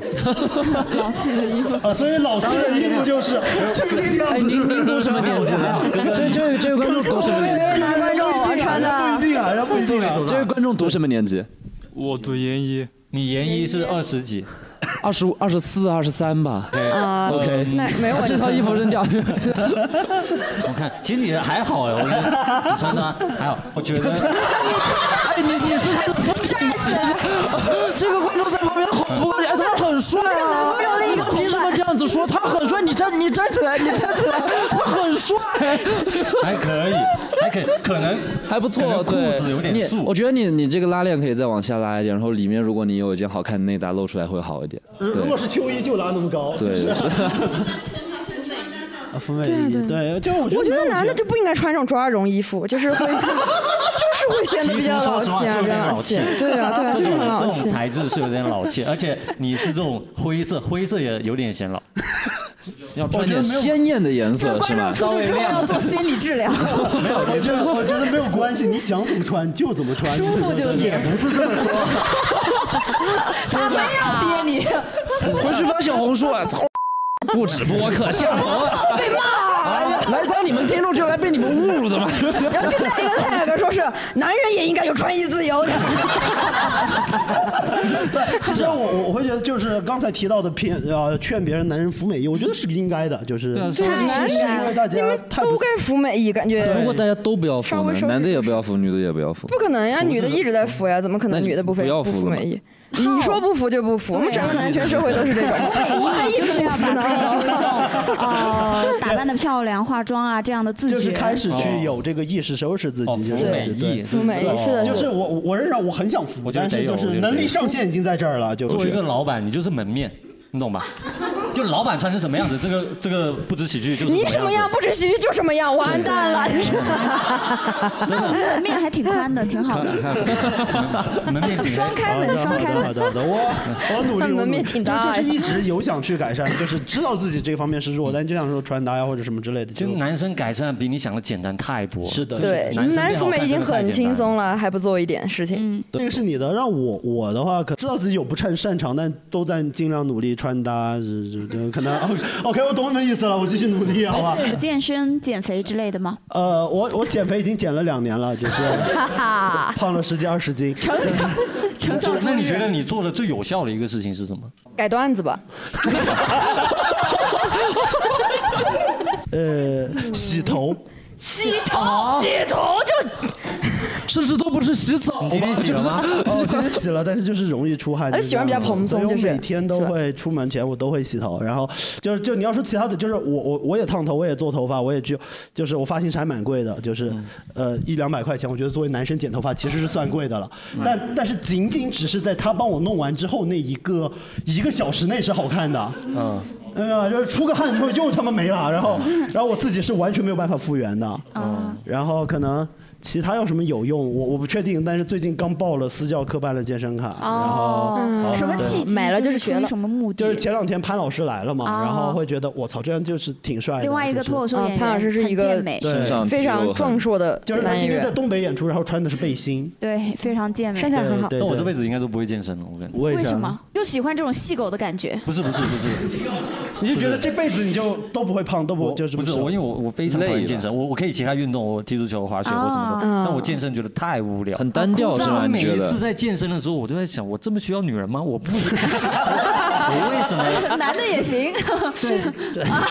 F: 老气的衣服？
D: 啊，所以老
F: 气的衣服就是
D: 这个这个样
H: 哎，您您都什么年纪的？这这这位观众读什么年纪？
B: 这位男观众我穿的
H: 这位观众读什么年纪？
R: 我读研一，
G: 你研一啊是二十几，
H: 二十五、二十四、二十三吧。
G: 啊
H: OK，
G: 那没 问题
H: 这套衣服扔掉。
G: 我看其实你还好哎，我觉得你穿的还好，我觉得。
H: 哎，你你是他的风扇，啊这个观众在旁边哄不过去，哎，他很帅啊！你凭什么这样子说？他很帅，你站你站起来，你站起来，他很帅。
G: 还可以，还可以，可能
H: 还不
G: 可
H: 错，
G: 能
H: 对
G: 裤子有点
H: 你
G: 素
H: 我觉得你你这个拉链可以再往下拉一点，然后里面如果你有一件好看的内搭露出来会好一点。
D: 如如果是秋衣就拉那么高，
H: 对
D: 就是
H: 啊，
D: 风
H: 味
D: 对对对，就我觉得没有
B: 男的就不应该穿这种抓耳绒衣服，就是会 就是会显得比较老气啊，
G: 是有
B: 比较
G: 点
B: 老
G: 老
B: 气。对 啊，对啊，就
G: 这
B: 是
G: 种
B: 很老
G: 这种
B: 气。
G: 材质是有点老气，而且你是这种灰色，灰色也有点显老。
B: 哦
H: 要穿点鲜艳的颜色
G: 啊
H: 是吧？
E: 理治疗。
D: 没有，我觉得我觉得没有关系，你想怎么穿就怎么穿，
E: 舒服就行
D: 也不是这么说。
E: 他非要跌你，
H: 回去发小红书啊，操！ 不止播客下头啊，
B: 被骂哎
H: 啊！来当你们听众就来被你们侮辱的嘛。
B: 然后去带一个 tag 说是男人也应该有穿衣自 由的。
D: 其实我我我会觉得就是刚才提到的骗呃劝别人男人服美役，我觉得是应该的，就是
B: 对啊
D: 是是因为大家太不
B: 都该服美役，感觉
H: 如果大家都不要
B: 稍
H: 服
B: 微
H: 呢，
B: 收拾
H: 男的也不要服，女的也不要服。
B: 不可能呀，女的一直在服呀，怎么可能女的不服
H: 不要服
B: 服
H: 了
B: 美役？你说不服就不服，我
D: 啊
B: 们整个男权社会都是这种。
F: 我
B: 他
F: 们
B: 一
F: 就
B: 直
F: 是
B: 不
F: 要
B: 服
F: 把自己有一
B: 呢。
F: 种呃打扮的漂亮、化妆啊这样的自觉，
D: 就是开始
F: 哦
D: 去有这个意识收拾自己，就是
G: 美
D: 对
G: 役
D: 对
G: 哦服美役是的
D: 就是是我我我认识我很想服，
G: 我觉得
D: 但是
G: 得有
D: 就是
G: 我觉得
D: 能
G: 得
D: 力
G: 有
D: 上限已经在这儿了，就
G: 作
D: 是
G: 为一个老板，你就是门面，你懂吧？就老板穿成什么样子，这个这个不知喜剧就是
B: 你什么样
G: 样子。
B: 不准许就什么样，完蛋了！这是
F: 那我们门面还挺宽的，挺好的。
G: 门面
F: 挺双开门
D: 好的
F: 双开门
D: 好的好的，好的我我努力，我
B: 门
D: 努力
B: 面挺大呀
D: 就就是一直有想去改善，就是知道自己这方面是弱，但就想说穿搭呀或者什么之类的，
G: 就男生改善比你想的简单太多。是的
B: 对，
G: 男
B: 男
G: 生
B: 服美
G: 变好看真的
B: 已经
G: 太简
B: 很
G: 单
B: 轻
G: 了
B: 松了，还不做一点事情。
D: 这个是你的，让我我的话，可知道自己有不擅擅长，但都在尽量努力穿搭，是是是可能 OK，我懂你们意思了，我继续努力，好
G: 啊
D: 吧？
F: 有 健身、减肥之类的吗？
D: 呃，我我减肥已经减了两年了，就是胖了十几二十斤。
B: 成效
G: 那你觉得你做的最有效的一个事情是什么？
B: 改段子吧。
D: 哦呃，洗头。
B: 洗头，洗头就，
H: 甚至都不是洗澡
G: 今天洗了吗
D: 哦就是哦，今天洗了，但是就是容易出汗。
B: 而且洗完比较蓬松
D: 所以我
B: 就是
D: 每天都会出门前我都会洗头，然后就是就你要说其他的，就是我我我也烫头，我也做头发，我也去，就是我发型是还蛮贵的，就是
G: 嗯
D: 呃一两百块钱，我觉得作为男生剪头发其实是算贵的了，
G: 嗯
D: 但但是仅仅只是在他帮我弄完之后那一个一个小时内是好看的。
G: 嗯。
D: 没有，就是出个汗之后又他妈没了，然后，然后我自己是完全没有办法复原的。
F: 嗯，
D: 然后可能其他有什么有用，我我不确定。但是最近刚报了私教课，办了健身卡，然后
F: 哦嗯
D: 呃
F: 什么契机？出于什么目的？
D: 就是前两天潘老师来了嘛，
F: 哦
D: 然后会觉得我操，这样就是挺帅的。
F: 另外一个
D: 就是
F: 脱口秀演员，
B: 啊潘老师是一
F: 很
B: 个
F: 健美
D: 对身上
B: 非
D: 肌肉
B: 常
D: 很
B: 壮硕的
D: 就是他
B: 男
D: 今
B: 演
D: 天在
B: 员。
D: 东北演出，然后穿的是背心。
F: 对，非常健美，
B: 身材很好
D: 对
G: 那我这辈子应该都不会健身了，我感觉。
F: 为什么？就喜欢这种细狗的感觉？
G: 不是不是 不是，
D: 你就觉得这辈子你就都不会胖，都不就是
G: 不是
D: 瘦
G: 我，因为我我非常讨厌健身，我我可以其他运动，我踢足球、滑雪或什么的，
B: 哦
D: 啊
G: 但我健身觉得太无聊，很
H: 单调是吧你
G: 每
H: 觉
G: 一
H: 得
G: 次在健身的时候，我都在想，我这么需要女人吗？我不， 我为什 么？
E: 男的也行。
G: 对
F: 啊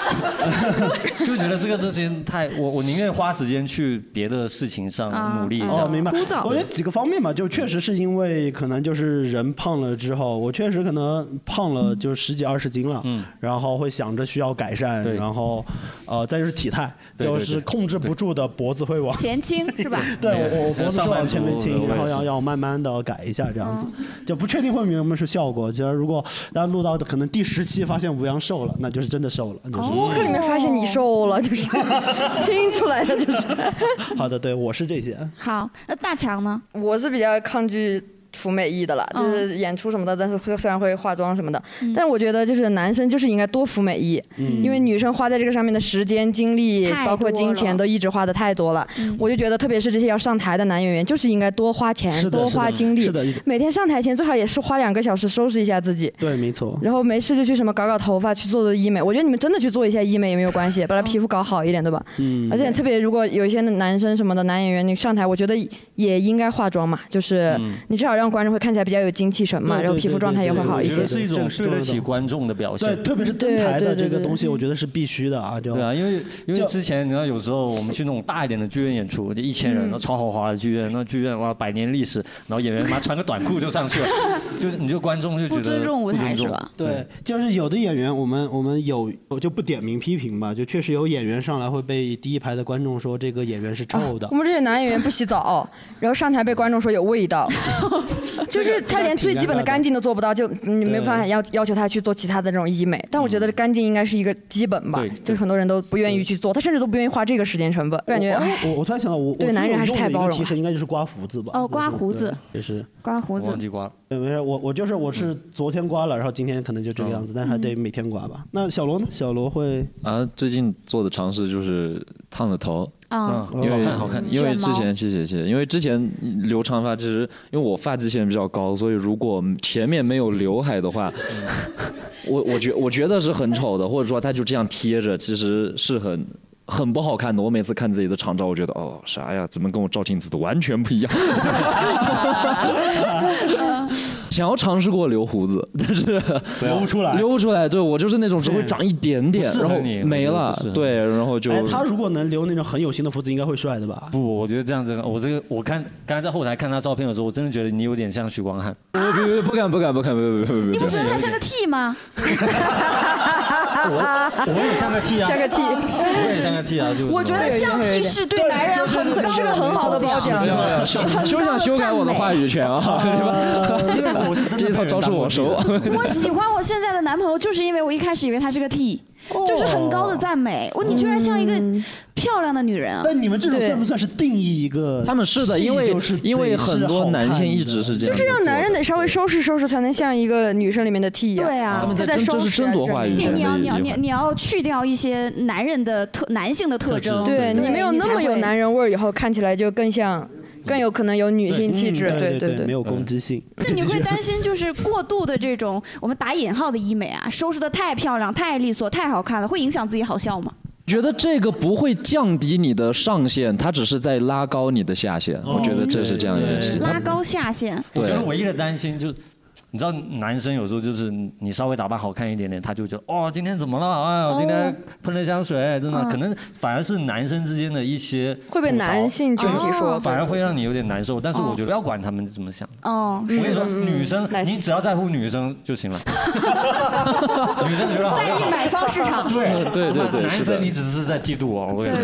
G: 就觉得这个东西太，我我宁愿花时间去别的事情
B: 啊
G: 上努力一下。
D: 哦，明白。我觉得几个方面吧，就确实是因为可能就是人胖了之后，我确实可能胖了就十几二十斤了，
G: 嗯
D: 然后会想着需要改善，然后呃，再就是体态，
G: 对对
D: 就
G: 对
D: 是控制不住的脖子会往
F: 前倾是吧
D: ？对我我脖子是往前面
G: 上班族
D: 倾，
G: 的
D: 然后
G: 我也
D: 要
G: 是
D: 要慢慢的改一下这样子，就不确定会有没有是效果。其实如果大家录到可能第十期发现吴阳瘦了，那就是真的瘦了，就是。
B: 播客里面发现你瘦了，就是
D: 哦
B: 听出来的就是。
D: 好的，对我是这些。
F: 好，那大强呢？哦
B: 我是比较抗拒服美役的啦，就是演出什么的，但是会虽然会化妆什么的，
F: 嗯
B: 但我觉得就是男生就是应该多服美役，
S: 嗯
B: 因为女生花在这个上面的时间、精力
S: 太，
B: 包括金
S: 多
B: 钱
S: 了
B: 都一直花的太多了。
F: 嗯
B: 我就觉得，特别是这些要上台的男演员，就是应该多花
D: 是
B: 钱、
D: 的
B: 多花
D: 是的
B: 精力
D: 是的一定，
B: 每天上台前最好也是花两个小时收拾一下自己。
D: 对，没错。
B: 然后没事就去什么搞搞头发，去做做医美。我觉得你们真的去做一下医美也没有关系，把它皮肤搞好一点，对吧？
D: 嗯
B: 而且特
D: 嗯
B: 别如果有一些男生什么的男演员，你上台，我觉得也应该化妆嘛，就是你至少让观众会看起来比较有精气神嘛，然后皮肤状态也会好一
G: 我
B: 些
G: 觉得。是一种对得起观众的表现。
D: 对，特别是登
B: 对
D: 台的
B: 对对
D: 这个
B: 对
D: 东西，我觉得是必须的啊，就
G: 对啊，因为因为之前你知道，有时候我们去那种大一点的剧院演出，就一千人，
D: 嗯
G: 那超豪华的剧院，那剧院哇百年历史，然后演员妈穿个短裤就上 去了，就是你就观众就觉得不尊重嗯
D: 对，就是有的演员，我们我们有我就不点名批评吧，就确实有演员上来会被第一排的观众说这个演员是臭的。
B: 啊我们这些男演员不洗澡，然后上台被观众说有 味道，就是他连最基本的干净都做不到，就你没办法要要求他去做其他的这种医美。但我觉得干净应该是一个基本吧
D: 嗯对，
B: 就是很多人都不愿意去做，他甚至都不愿意花这个时间成本，感觉
D: 我
B: 哎
D: 我我突然想到，我我
B: 对男人还是太包容
D: 其
B: 了。
D: 实应该就是刮胡子吧。
B: 哦刮胡子
D: 也是
B: 刮胡子
G: 忘记刮了。
D: 对，没事，我我就是我
H: 嗯
D: 是昨天刮了，然后今天可能就这个样子，但还
B: 嗯
D: 得每天刮吧。那小罗呢？小罗会
H: 啊，最近做的尝试就是烫了头
D: 啊
H: 因为
D: 好看好看
H: 因为
D: 卷毛
H: 之前谢谢谢谢，因为之前留长发，其实因为我发际线比较高，所以如果前面没有刘海的话，
G: 嗯
H: 我我觉我觉得是很丑的，或者说它就这样贴着，其实是很。很不好看的，我每次看自己的长照，我觉得哦啥呀，怎么跟我照镜子的完全不一 样。想要尝试过留胡子，但是
G: 啊
D: 留不出来，
H: 留不出来。对我就是那种只会长一点
D: 不
H: 点，
D: 适合
H: 然后
G: 你
H: 没
G: 我觉得
H: 了
G: 不适。合
H: 对，然后就
D: 哎，他如果能留那种很有型的胡子，应该会帅的吧？
G: 不，我觉得这样子，我这个我看刚才在后台看他照片的时候，我真的觉得你有点像许光汉。
H: 不不不敢不敢不敢不敢不敢不
F: 你不觉得他像个 T 吗？
G: 我我也像个 T 啊，
F: 像个 T
G: 我也像个 T 啊，就是
F: 我觉得像 T 是对男人很高的
H: 休想修改我的话语权啊！对吧？ 这一套招式我熟。
F: 我喜欢我现在的男朋友，就是因为我一开始以为他是个 T，就是很高的赞美。我你居然像一个漂亮的女人啊！
D: 但哦嗯你们这种算不算是定义一个？
H: 他们是的，因为
D: 就是
H: 因为
D: 得
H: 很
D: 是好
H: 多
D: 看
H: 男性
D: 的
H: 一直是这
B: 就
H: 样，
B: 是让男人得稍微收拾收拾，才能像一个女生里面的 T 一样。对
F: 啊
H: 他们在
B: 在
H: 争
B: 收
H: 这是
B: 拾啊
H: 争夺话语
F: 你
H: 权
F: 你要
H: 的一
F: 你
H: 句
F: 要
H: 话
F: 你你要去掉一些男人的特男性的特征，
B: 对你没有那么有男
F: 人。
B: 人味儿，以后看起来就更像，更有可能有女性气质。
D: 对
B: 对
D: 没有攻击性。
F: 嗯那你会担心就是过度的这种我们打引号的医美啊，收拾的太漂亮、太利索、太好看了，会影响自己好笑吗？
H: 觉得这个不会降低你的上限，它只是在拉高你的下限。我觉得这是这样一件事。
F: 拉高下限。
G: 我觉得
H: 对
G: 唯一的担心就，你知道，男生有时候就是你稍微打扮好看一点点，他就觉得哦，今天怎么了？哎呦，今天喷了香水，真的，
B: 嗯
G: 可能反而是男生之间的一些
B: 会被
G: 吐槽
B: 男性群体
G: 对
B: 说
G: 反而会让你有点难受。但是我觉得不要管他们怎么想。
F: 哦，
G: 我跟你说，女生你只要在乎女生就行了，女生觉得好就好
F: 在意买方市场
G: 对
H: 对对对
G: 男
H: 是的
G: 生你只是在嫉妒我，我跟你说，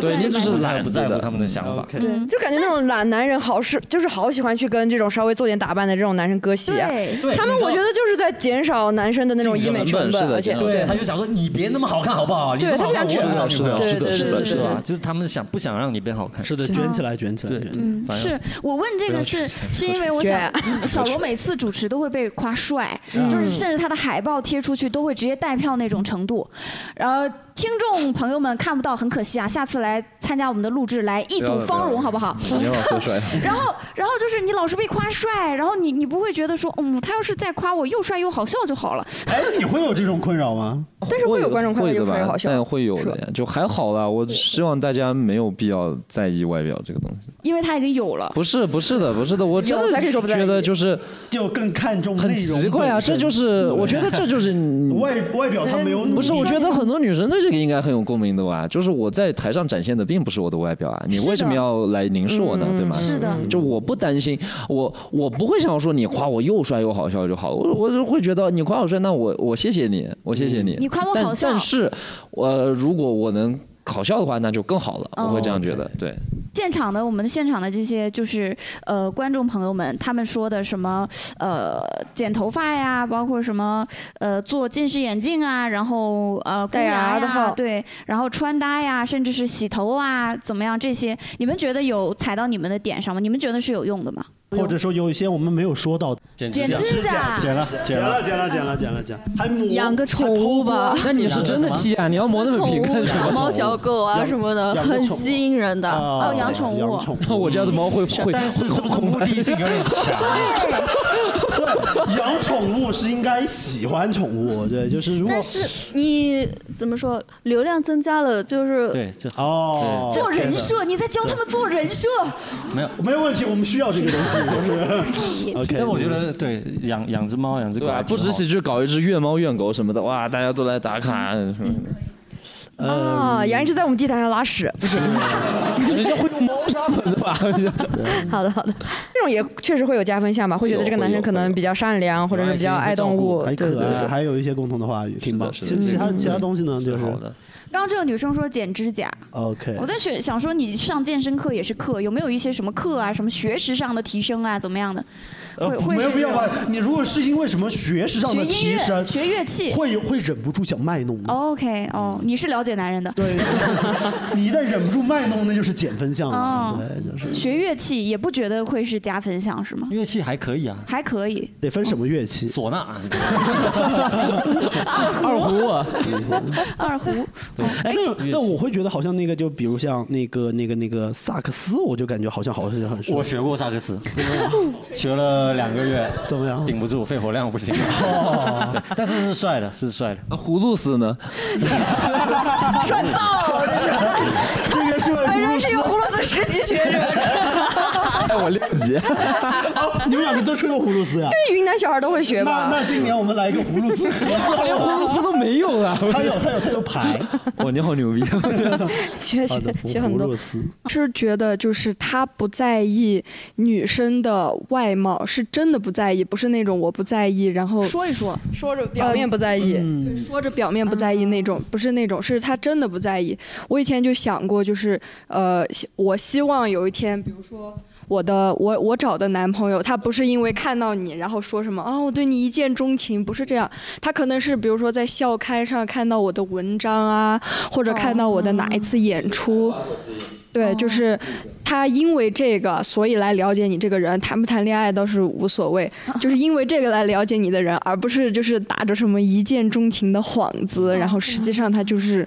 H: 对对对你只是懒
G: 不在乎他们的想法。
H: 嗯
B: 对，就感觉那种懒男人好是，就是好喜欢去跟这种稍微做点打扮的这种男生割席啊
F: 对对。
B: 他们我觉得就是在减少男生的那种医美成本，而且
G: 对，他就想说你别那么好看好不好？你
B: 对
G: 这么好看
B: 他们
G: 我
B: 想卷
G: 怎么找女朋友
B: 是的对是的对对是的对
G: 吧
B: 对
G: 就是他们想不想让你变好看？是
D: 的
F: 对卷起来
D: 卷起来。
G: 对，反正
F: 是我问这个是是因为我
G: 卷
F: 想
G: 啊
F: 嗯小罗每次主持都会被夸帅，就是甚至他的海报贴出去都会直接带票那种程度，然后听众朋友们看不到很可惜啊，下次来参加我们的录制来一
H: 不要
F: 睹
H: 了
F: 芳
H: 不要
F: 容
H: 了
F: 好不好？
H: 你要往色帅。啊
F: 然后，然后就是你老是被夸帅，然后你你不会觉得说，嗯，他要是再夸我又帅又好笑就好了。
D: 哎， 你会有这种困扰吗？
B: 但是会有观众看到
H: 会
B: 又
H: 的
B: 帅又
H: 吧
B: 好？笑，
H: 但会有的呀，就还好啦。我希望大家没有必要在意外表这个东西。
F: 因为他已经有了。
H: 不是不是的，不是的，我真
D: 有才可以
H: 的
D: 说不在
H: 觉得
D: 意
H: 就是
D: 就更看重
H: 很
D: 内容
H: 奇怪啊，
D: 本
H: 这
D: 身
H: 就是我觉得这就是你
D: 外外表上没有努
F: 嗯
D: 力
H: 不是，我觉得很多女生对这个应该很有共鸣的吧？就是我在台上展现的并不是我的外表啊，你为什么要来凝视我呢？
D: 嗯
H: 对吗？
F: 是的，
H: 就我不担心，我我不会想说你夸我又帅又好笑就好，我我就会觉得你夸我帅，那我我谢谢你，我谢谢你。
F: 嗯你夸我
H: 但
F: 好笑
H: 但是我如果我能好笑的话，那就更好
F: 哦
H: 了，我会这样觉得，对。
F: 现场的我们的现场的这些就是呃观众朋友们，他们说的什么呃剪头发呀，包括什么呃做近视眼镜啊，然后呃
B: 戴
F: 箍
B: 牙
E: 啊
B: 的
F: 呀
B: 话，
F: 对，然后穿搭呀，甚至是洗头啊，怎么样这些，你们觉得有踩到你们的点上吗？你们觉得是有用的吗？
D: 或者说有一些我们没有说到的，
G: 剪
F: 指甲剪指甲
D: 剪
F: 剪
D: 了
F: 了，
D: 剪
F: 剪
D: 了，
F: 了
D: 剪了，剪了，剪了，剪了，还磨
E: 养个宠物吧
H: 那你是真的 T 啊？你要磨那么平干什么？
E: 猫、小狗啊什么的，很吸引人的。
H: 哦养宠
E: 物，
H: 那我家的猫会会
G: 但是是不是目的性有点强？
D: 对，养宠物众是应该喜欢宠物，对，就是如果
E: 但是你怎么说，流量增加了，就是
G: 对，这
D: 哦，
E: 做人设，你在教他们做人设。
G: 没有
D: 没有问题，我们需要这个东西， 就是 OK。
G: 但我觉得对养养只猫、养只狗
H: 对吧？
G: 还
H: 不
G: 挺
H: 止
G: 好
H: 喜剧，搞一只怨猫怨狗什么的，哇，大家都来打卡。什
F: 嗯
H: 么的
D: 嗯
F: 哦
B: 啊，杨一直在我们地毯上 拉屎，不是。
H: 人家会用猫砂盆的吧？
B: 好的好的，这嗯种也确实会有加分项吧，会觉得这个男生可能比较善良，或者是比较爱动物，
D: 还
B: 对对
D: 可爱，
B: 对。
D: 还有一些共同的话语，挺棒。
H: 是
D: 其
H: 的
D: 其他
H: 嗯
D: 其他东西呢，就是
F: 刚刚这个女生说剪指甲，
D: OK。
F: 我在想想说你上健身课也是课，有没有一些什么课啊，什么学识上的提升啊，怎么样的？
D: 呃
F: 会会
D: 没有
F: 是
D: 必要
F: 这
D: 吧
F: 种？
D: 你如果是因为什么学识上的
F: 学音
D: 提升，
F: 乐、学乐器，
D: 会会忍不住想卖弄的。
F: OK，哦，你是了解男人的。
D: 对，你一旦忍不住卖弄，那就是减分项了。
F: 哦
D: 对，就是
F: 学乐器也不觉得会是加分项是吗？
G: 乐器还可以啊，
F: 还可以。
D: 得分什么乐器？
G: 唢呐。
H: 二胡啊，
F: 二胡。
D: 对，哎，那那我会觉得好像那个，就比如像那个那个那个萨克斯，我就感觉好像好像很
G: 我学过萨克斯，学了两个月，
D: 怎么样？
G: 顶不住，肺活量不行。对但是是帅的，是帅的。
H: 那葫芦丝呢？
E: 帅爆了，
D: 这是。这个是本
E: 人是一个葫芦丝十级学者。
H: 带我六级。
D: 哦 你们两个都吹过葫芦丝呀？
B: 对，云南小孩都会学吧？
D: 那那今年我们来一个葫芦 丝合作，
H: 连葫芦丝都没有啊！
D: 他有他有他有 牌，
H: 哇，你好牛逼！
P: 学
D: 好的
P: 学很多
D: 葫芦丝
P: 是觉得就是他不在意女生的外貌，是真的不在意，不是那种我不在意，然后呃嗯
F: 说一说，
P: 说着
B: 表面不在意
P: 对，说着表面不在意那种，不是那种，是他真的不在意。我以前就想过，就是呃，希我希望有一天，比如说。我的我我找的男朋友，他不是因为看到你，然后说什么哦，我对你一见钟情，不是这样，他可能是比如说在校刊上看到我的文章啊，或者看到我的哪一次演出，对，就是他因为这个，所以来了解你这个人，谈不谈恋爱倒是无所谓，就是因为这个来了解你的人，而不是就是打着什么一见钟情的幌子，然后实际上他就是。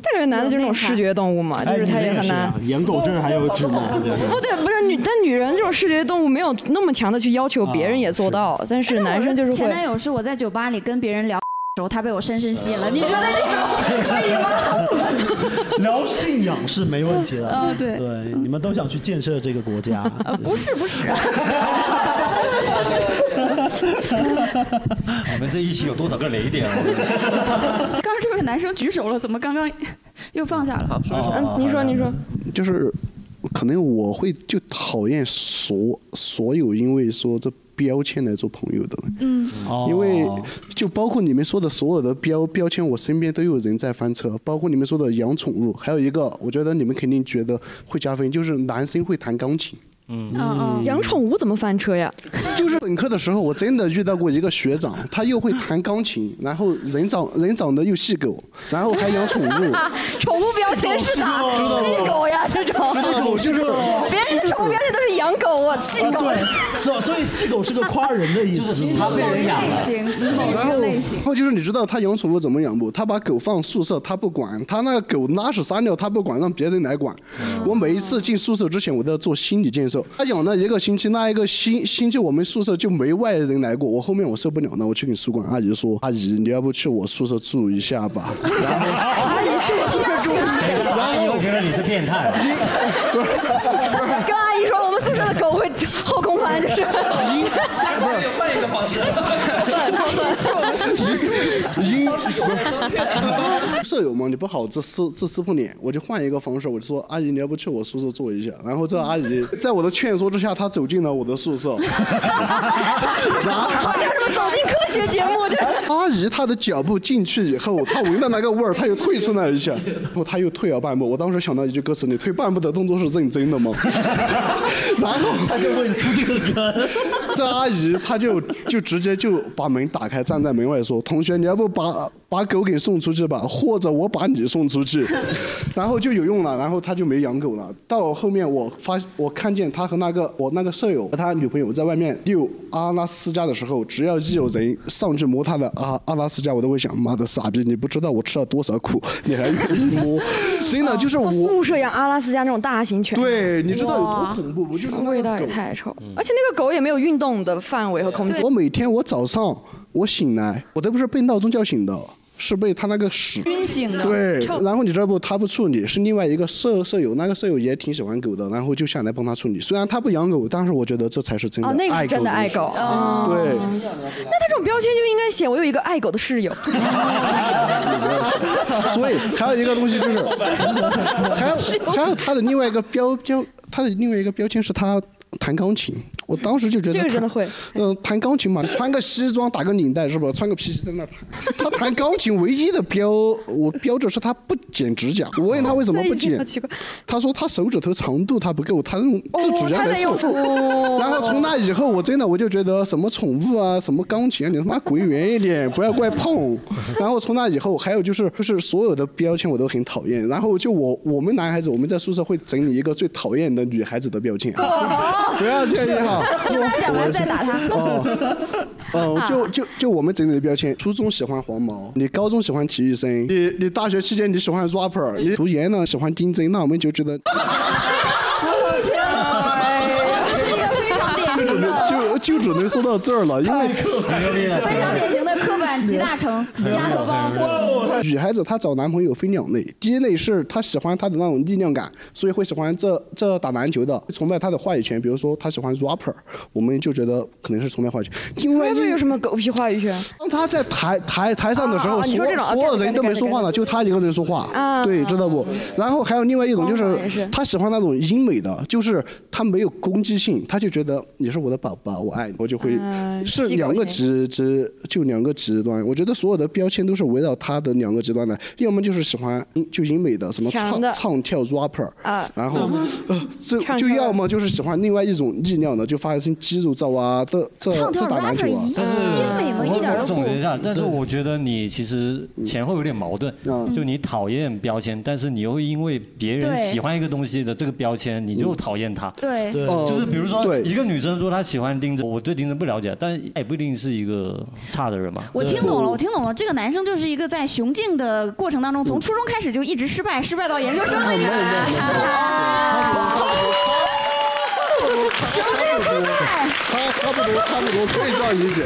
B: 但是男的就是那种视觉动物嘛，啊
D: 哎
B: 就是他也很难。哦
D: 颜啊狗证还有指南。对
B: 不对，不是女，但女人这种视觉动物没有那么强的去要求别人也
R: 嗯
B: 做到，但是男生 就是
F: 前
B: 会。
F: 男友哎是我在酒吧里跟别人聊。时候他被我深深吸引了，你觉得这种可以吗？
D: 聊信仰是没问题的。
F: 啊
B: 哦
F: 对
D: 对，你们都想去建设这个国家。
F: 呃
E: 不是不是，
F: 啊
E: 是是是是是。
G: 你们这一期有多少个雷点？啊我们
F: 刚刚这位男生举手了，怎么刚刚又放下了？嗯，您说您说。
R: 就是可能我会就讨厌所所有因为说这标签来做朋友的，
F: 嗯
D: 哦
R: 因为就包括你们说的所有的标标签，我身边都有人在翻车，包括你们说的养宠物，还有一个我觉得你们肯定觉得会加分，就是男生会弹钢琴。嗯
B: 养宠物怎么翻车呀？
R: 就是本科的时候，我真的遇到过一个学长，他又会弹钢琴，然后人长人长得又细狗，然后还养宠 物。
B: 宠物标签是打细狗呀，这种
R: 细狗
D: 是狗
B: 别人的宠物标签都是养狗，我细
D: 啊，
B: 狗。
D: 对，所所以细狗是个夸人的意思。就是
R: 他被人养了类型 然后，然后就是你知道他养宠物怎么养不？他把狗放宿舍，他不管；他那个狗拉屎撒尿，他不管，让别人来管。我每一次进宿舍之前，我都要做心理建设。他养了一个星期，那一个星星期我们宿舍就没外人来过。我后面我受不了了，我去跟宿管阿姨说：“阿姨，你要不去我宿舍住一下吧？”
E: 阿姨去我宿舍住一
G: 阿姨会觉得你是变态。
E: 下。
B: 跟阿姨说，我们宿舍的狗会后空翻，就是。
R: 因舍友嘛，你不好，这撕这撕破脸，我就换一个方式，我就说阿姨，你要不去我宿舍坐一下？ 然后这阿姨在我的劝说之下，她走进了我的宿舍。
E: 好像什么走进科学节目，就是
R: 阿姨她的脚步进去以后，她闻到那个味儿，她又退出那一下， 然后她又退了半步。我当时想到一句歌词：“你退半步的动作是认真的吗？” 然后她就
D: 会出这个 歌。
R: 这阿姨她就就直接就把门打开，站在门外说：“同学，你要不把把狗给送出去吧，或者我把你送出去。”然后就有用了，然后她就没养狗了。到后面我发我看见她和那个我那个舍友和他女朋友在外面遛阿拉斯加的时候，只要一有人上去摸她的阿阿拉斯加，我都会想，妈的傻逼，你不知道我吃了多少苦，你还愿意摸，真的就是我
B: 宿舍养阿拉斯加那种大型犬，
R: 对你知道有多恐怖不？就是那个
B: 味道也
R: 狗
B: 太臭，而且那个狗也没有运动的范围和空间
R: 我。每天我早上我醒来，我都不是被闹钟叫醒的，是被他那个屎
E: 熏醒的
R: 对
E: 臭，
R: 然后你知道不？他不处理，是另外一个舍舍友，那个舍友也挺喜欢狗的，然后就下来帮他处理。虽然他不养狗，但是我觉得这才是真的
B: 哦，那个
R: 爱
B: 是
R: 狗
B: 真的
R: 的
B: 爱
R: 人
B: 狗。哦
R: 对， 嗯
B: 那他这种标签就应该写我有一个爱狗的室友。
R: 所以还有一个东西 就是， 还有还有他的另外一个标标，他的另外一个标签是他弹钢琴。我当时就觉得
B: 这个真的会，
R: 嗯、弹钢琴嘛，穿个西装打个领带是吧？穿个皮鞋在那儿 弹。他弹钢琴唯一的标，我标志是他不剪指甲。我问他为什么不
B: 这一点
R: 剪
B: 好奇怪，
R: 他说他手指头长度他不够，他用这指甲
B: 他
R: 才
B: 在用
R: 凑。 然后从那以后，我真的我就觉得什么宠物啊，什么钢琴啊，你他妈滚远一点，不要怪碰。然后从那以后，还有就是就是所有的标签我都很讨厌。然后就我我们男孩子，我们在宿舍会整理一个最讨厌的女孩子的 标签。
E: 啊
R: 不要这样哈，
E: 就跟他讲完再打他。
R: 哦，就就就我们整理的标签，初中喜欢黄毛，你高中喜欢体育生，你你大学期间你喜欢 rapper，你读研呢喜欢丁真，那我们就 觉得。
E: 我天啊！这是一个非常典型的、
R: 就就只能说到这儿了，因为
E: 非常典型的刻板集大成、压缩包。
R: 女孩子她找男朋友分两类，第一类是她喜欢她的那种力量感，所以会喜欢这这打篮球的，崇拜她的话语权，比如说她喜欢 rapper，我们就觉得可能是崇拜话语权。另外
B: 这有什么狗屁话语权？
R: 当他在台台台上的时
B: 啊
R: 候，
B: 啊你
R: 所
B: 说这种
R: 所有人都没说话呢，就他一个人说话
B: 啊，
R: 对，知道不？然后还有另外一种就
B: 光环也
R: 是
B: 是
R: 他喜欢那种英美的，就是他没有攻击性，他就觉得你是我的宝宝，我爱你，我就会
B: 啊
R: 是
B: 吸狗
R: 两个
B: 钱
R: 极极就两个极端。我觉得所有的标签都是围绕他的两个极端的，要么就是喜欢英就英美的什么
B: 强
R: 唱
B: 的
R: 唱跳 rapper，
B: 啊
R: 然后呃就
B: 唱
R: 就
B: 跳
R: 要么就是喜欢另外一种力量的，就发生肌肉照啊，这这
E: 唱
R: 这
E: 跳
R: 打篮
E: rapper
R: 球啊
E: 一。样，英美吗？一点
G: 我
E: 都
G: 总
E: 不。
G: 结一下，但是我觉得你其实前后有点矛盾，就你讨厌标签，但是你又会因为别人
E: 对
G: 喜欢一个东西的这个标签，你就讨厌他。
E: 对对
G: 就是比如说
E: 对
G: 一个女生说她喜欢丁真，我对丁真不了解，但也不一定是一个差的人嘛。
F: 我听懂了，我听懂了。这个男生就是一个在雄竞的过程当中，从初中开始就一直失败，失败到研究生的一个人。是吧
E: 雄竞失败。
R: 他差不多，差不多可以这样理解。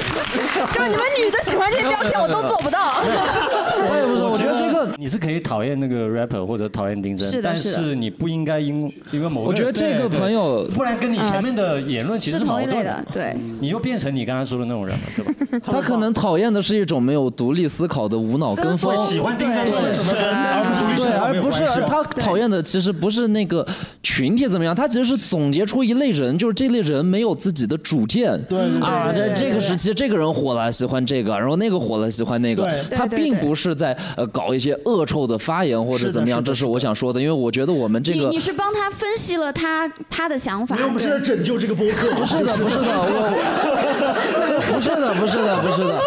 B: 就是你们女的喜欢这些标签，我都做不到。
G: 我也不是，我
H: 觉得
G: 这个你是可以讨厌那个 rapper 或者讨厌丁真，
H: 是的
G: 但
H: 是的
G: 是你不应该因因为某个
H: 我觉得
G: 人
H: 这个
G: 对对
H: 朋友
G: 不然跟你前面的言论其实
H: 是
G: 矛
H: 同一类
G: 盾
H: 的，
F: 对，
G: 你又变成你刚才说的那种人了，对吧？
H: 他可能讨厌的是一种没有独立思考的无脑跟风，
G: 对喜欢定在论什么跟而不是独立思
H: 对，
G: 考没
H: 而
G: 有
H: 不是
G: 关系
H: 他讨厌的其实不是那个群体怎么样，他其实是总结出一类人，就是这类人没有自己的主见，对
O: 对
H: 啊，
O: 对
H: 这
O: 对对
H: 这个时期这个人火了喜欢这个，然后那个火了喜欢那个
O: 对，对
H: 他
O: 对
H: 并
O: 对
H: 不是在呃搞一些恶臭的发言或
O: 是
H: 者
O: 的
H: 怎么
O: 是
H: 样，
O: 的
H: 这是我想说的，因为我觉得我们这
F: 你
H: 个
F: 你是帮他分析了他他的想法，
O: 又不是在
F: 对
O: 拯救这个播客，
H: 不是的，不是的， 我我不是的，不是的，不是的，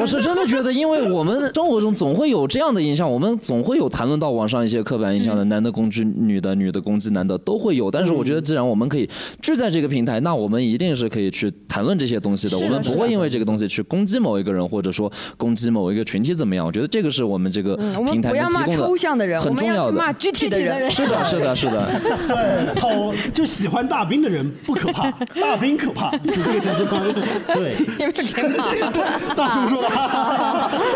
H: 我是真的觉得，因为我们生活中总会有这样的印象，我们总会有谈论到网上一些刻板印
B: 嗯
H: 象的，男的攻击女的，女的攻击男的，都会有。但是我觉得，既然我们可以聚在这个平台，那我们一定是可以去谈论这些东西的，
T: 是的
H: 我们不
T: 是的
H: 会因为这个东西去攻击某一个人，或者说攻击某一个群体怎么样。我觉得这个是我们这个
B: 嗯我们
H: 平台
B: 不要
H: 能提
B: 骂
H: 供的
B: 抽象的人，我
H: 很
B: 们
H: 重
B: 要
H: 要
B: 去
H: 的
B: 骂具体的人。
H: 是的，是的，是的。
O: 对，讨就喜欢大兵的人不可怕，大兵可怕，是这个意思吗？
G: 对，
B: 你们谁骂？
O: 对， 大叔 说了，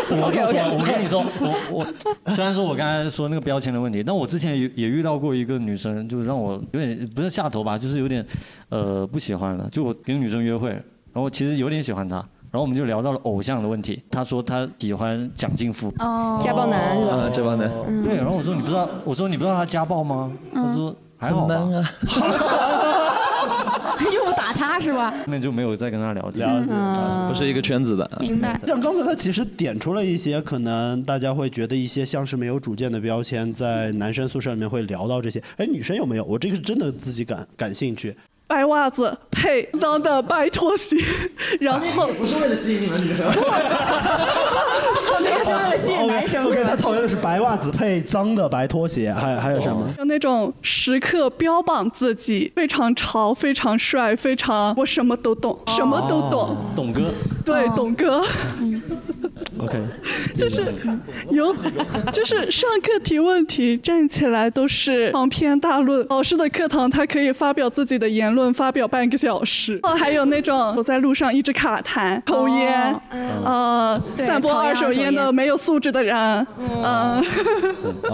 G: 我就说，我跟你说，我我虽然说我刚才说那个标签的问题，但我之前也也遇到过一个女生，就是让我有点不是下头吧，就是有点呃不喜欢了。就我跟女生约会，然后我其实有点喜欢她，然后我们就聊到了偶像的问题。她说她喜欢蒋劲夫，
F: 哦
B: 家暴男是吧？
H: 啊，这帮人。
G: 对，然后我说你不知道，我说你不知道他家暴吗？他说还好吧。
B: 啊
F: 又打他是吧？
G: 后面就没有再跟他聊天，
O: 了解嗯
H: 不是一个圈子的。
F: 明白。
O: 像刚才他其实点出了一些可能大家会觉得一些像是没有主见的标签，在男生宿舍里面会聊到这些。哎，女生有没有？我这个是真的自己感感兴趣。
P: 白袜子配脏的白拖鞋， 然后
H: 不是为了吸引你们 女生，
P: 那个是为了吸引男生
O: OK，他讨厌的是白袜子配脏的白拖鞋，还还有什
F: 哦
O: 么？
P: 有那种时刻标榜自己非常潮、非常帅、非
B: 哦
G: 哦
P: 常我什么都懂，什么都懂。
G: 懂哥，
B: 嗯
P: 对，董哥，
D: OK，
I: 就是有，就是上课提问题，站起来都是长篇大论。老师的课堂，他可以发表自己的言论，发表半个小时。哦，还有那种走在路上一直卡痰、抽烟，呃，
P: 哦嗯对
I: 散播
P: 讨厌
I: 二手
P: 二手
I: 烟的
P: 烟
I: 没有素质的人，嗯，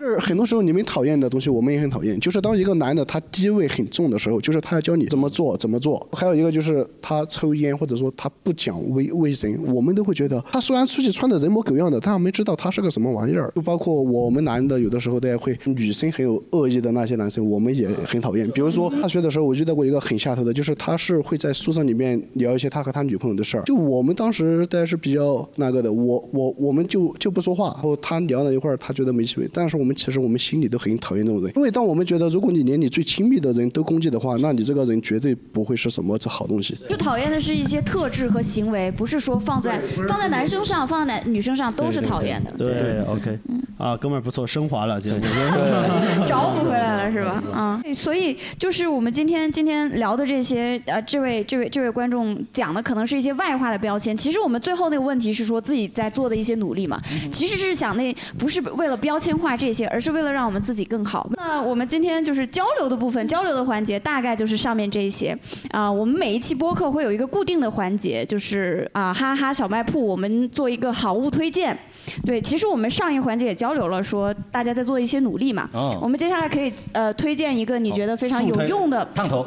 R: 就是很多时候你们讨厌的东西，我们也很讨厌。就是当一个男的他地位很重的时候，就是他要教你怎么做怎么做。还有一个就是他抽烟或者说他不讲卫卫生，我们都会觉得他虽然出去穿的人模狗样的，但我们知道他是个什么玩意儿。就包括我们男的有的时候大家会女生很有恶意的那些男生，我们也很讨厌。比如说大学的时候，我遇到过一个很下头的，就是他是会在宿舍里面聊一些他和他女朋友的事儿。就我们当时大家是比较那个的，我我我们就就不说话，然后他聊了一会儿，他觉得没趣味，但是我们其实我们心里都很讨厌这种人，因为当我们觉得如果你连你最亲密的人都攻击的话，那你这个人绝对不会是什么好东西。
F: 就讨厌的是一些特质和行为，不是说放在放在男生上、放在男女生上都是讨厌的。嗯
D: 对，OK，啊，哥们儿不错，升华了，今天。
F: 找补 回来了是吧？嗯，所以就是我们今天今天聊的这些，呃，这位这位这位观众讲的可能是一些外化的标签。其实我们最后那个问题是说自己在做的一些努力嘛，其实是想那不是为了标签化这些，而是为了让我们自己更好。那我们今天就是交流的部分，交流的环节大概就是上面这一些啊、我们每一期播客会有一个固定的环节，就是啊、哈哈小卖铺，我们做一个好物推荐。对，其实我们上一环节也交流了，说大家在做一些努力嘛。
G: 哦
F: 我们接下来可以呃推荐一个你觉得非常有用的
G: 烫 头，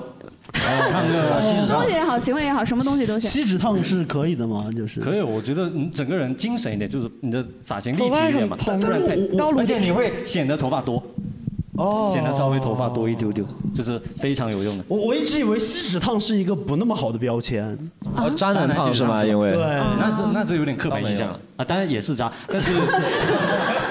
G: 哦烫个锡纸烫
F: 东西也好，行为也好，什么东西都行。
D: 锡纸烫是可以的吗？就是
G: 可以，我觉得你整个人精神一点，就是你的发型立体一点嘛，
D: 头发很
G: 不然太
D: 蓬嗯高颅
G: 而且你会显得头发多，
D: 哦
G: 显得稍微头发多一丢丢，这是非常有用的。
D: 我我一直以为锡纸烫是一个不那么好的标签，
G: 哦
H: 渣男烫是吗因为
D: 对，
G: 那这那这有点刻板印象了啊，当然也是渣，但是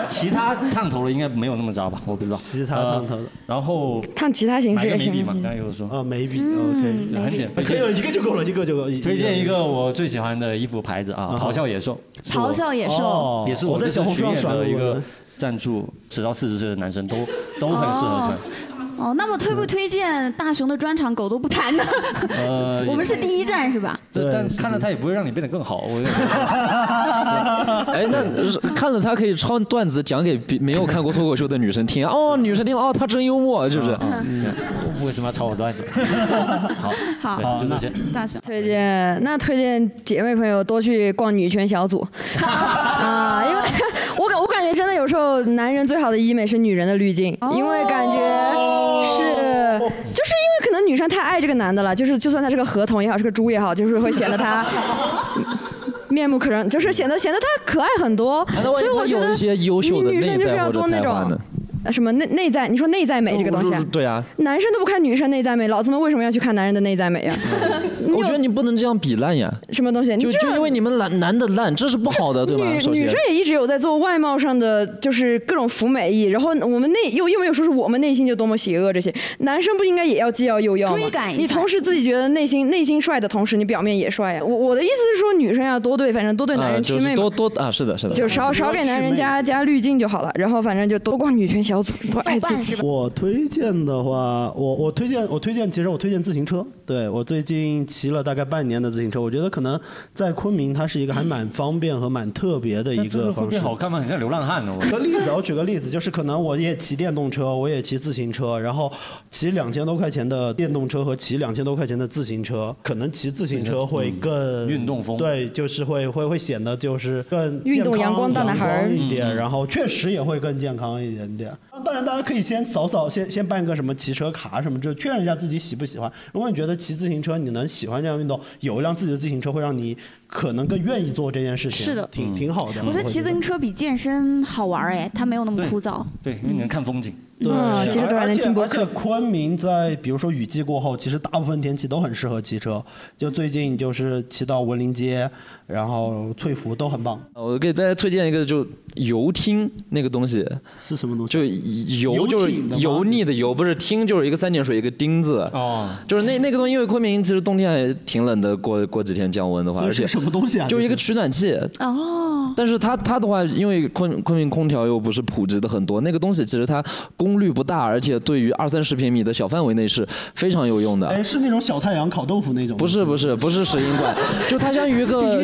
G: 其他烫头的应该没有那么渣吧？我不知道。其
D: 他烫头的，
G: 然后
B: 烫其他形式
G: 买个
B: 也
G: 眉笔
B: 行
G: 嘛，。刚才有说嗯
D: 啊，眉笔，OK，
G: 很简单，
D: 可以了，一个就够了，一个就够了。
G: 推荐一个我最喜欢的衣服牌子啊，咆哮野兽。是我
F: 咆哮野兽
D: 哦
G: 也是
D: 我
G: 我
D: 在
G: 这
D: 小
G: 次
D: 红书
G: 巡
D: 上
G: 演
D: 刷
G: 的
D: 过
G: 一个
D: 的
G: 赞助，十到四十岁的男生都都很适合穿。
F: 哦，那么推不推荐大熊的专场《狗都不谈》呢？
G: 呃
F: 我们是第一站是吧？
G: 这但看了他也不会让你变得更好。 我
H: 哎，那是看了他可以抄段子讲给别没有看过脱口秀的女生听。哦，女生听了，哦，他真幽默，是不是？
G: 为什么要抄我 段子？好，
B: 好
G: 对就这些。
F: 大熊
B: 推荐，那推荐姐妹朋友多去逛女权小组啊，因为我感我感觉真的有时候男人最好的医美是女人的滤镜，因为感觉是就是因为可能女生太爱这个男的了，就是就算他是个河童也好，是个猪也好，就是会显得他面目可憎，就是显得显得他可爱很多，
H: 那万
B: 所
H: 一
B: 以
H: 他
B: 我觉
H: 有
B: 得
H: 一些优秀的
B: 女生
H: 内
B: 就是
H: 在
B: 要
H: 或者
B: 多那
H: 才华
B: 种
H: 呢？
B: 呃什么内内在，你说内在美这个东西啊，
H: 对啊，
B: 男生都不看女生内在美，老子们为什么要去看男人的内在美 啊呀、
H: 我觉得你不能这样比烂呀。
B: 什么东西？
H: 就就因为你们男男的烂，这是不好的，对吧？
B: 女
H: 首先
B: 女生也一直有在做外貌上的，就是各种服美役，然后我们内又因为有时候是我们内心就多么邪恶，这些男生不应该也要既要又要吗？
F: 追赶一下
B: 你同时自己觉得内心内心帅的同时，你表面也帅呀、啊我我的意思是说，女生要多对，反正多对男
H: 啊，
B: 人祛
H: 就
B: 魅
H: 是多
B: 嘛。
H: 多啊，是的，是的，
B: 就少少给男人加加滤镜就好了，然后反正就多逛女权小组，多爱自己。
D: 我推荐的话，我我推荐我推荐，其实我推荐自行车。对我最近骑了大概半年的自行车，我觉得可能在昆明它是一个还蛮方便和蛮特别的一
G: 这
D: 个
G: 会
D: 方式
G: 变。好看吗？很像流浪汉呢。我
D: 举个例子，我举个例子，就是可能我也骑电动车，我也骑自行车，然后骑两千多块钱的电动车和骑两千多块钱的自行车，可能骑自行车会更运
G: 嗯动风，
D: 对，就是会会会显得就是更
B: 运
D: 健
B: 动
D: 康
B: 阳光大男孩儿
D: 阳光一点，
B: 嗯
D: 然后确实也会更健康一点点。当然，大家可以先扫扫，先先办个什么骑车卡什么，就确认一下自己喜不喜欢。如果你觉得骑自行车你能喜欢这样运动，有一辆自己的自行车会让你可能更愿意做这件事情，
F: 是的
D: 挺挺好的。
F: 我觉得骑自行车比健身好玩哎，它没有那么
D: 对
F: 枯燥。
G: 对，因为你能看风景。
D: 对，
F: 嗯其实都让人进步
D: 而且而且昆明在比如说雨季过后，其实大部分天气都很适合骑车。就最近就是骑到文林街，然后翠湖都很棒。
H: 我给大家推荐一个，就油听那个东西
D: 是什么东西？
H: 就油就是
D: 油挺的吗
H: 油腻的油，不是听就是一个三点水一个丁字。
G: 哦，
H: 就是那那个东西，因为昆明其实冬天还挺冷的，过过几天降温的话，
D: 所以
H: 而
D: 是
H: 且
D: 什么东西啊
H: 就是一
D: 这
H: 个取暖器。
F: 哦，
H: 但是它它的话，因为昆昆明空调又不是普及的很多，那个东西其实它功率不大，而且对于二三十平米的小范围内是非常有用的。
O: 哎，是那种小太阳烤豆腐那种？
H: 不是不是不是石英 罐，就它相当于一个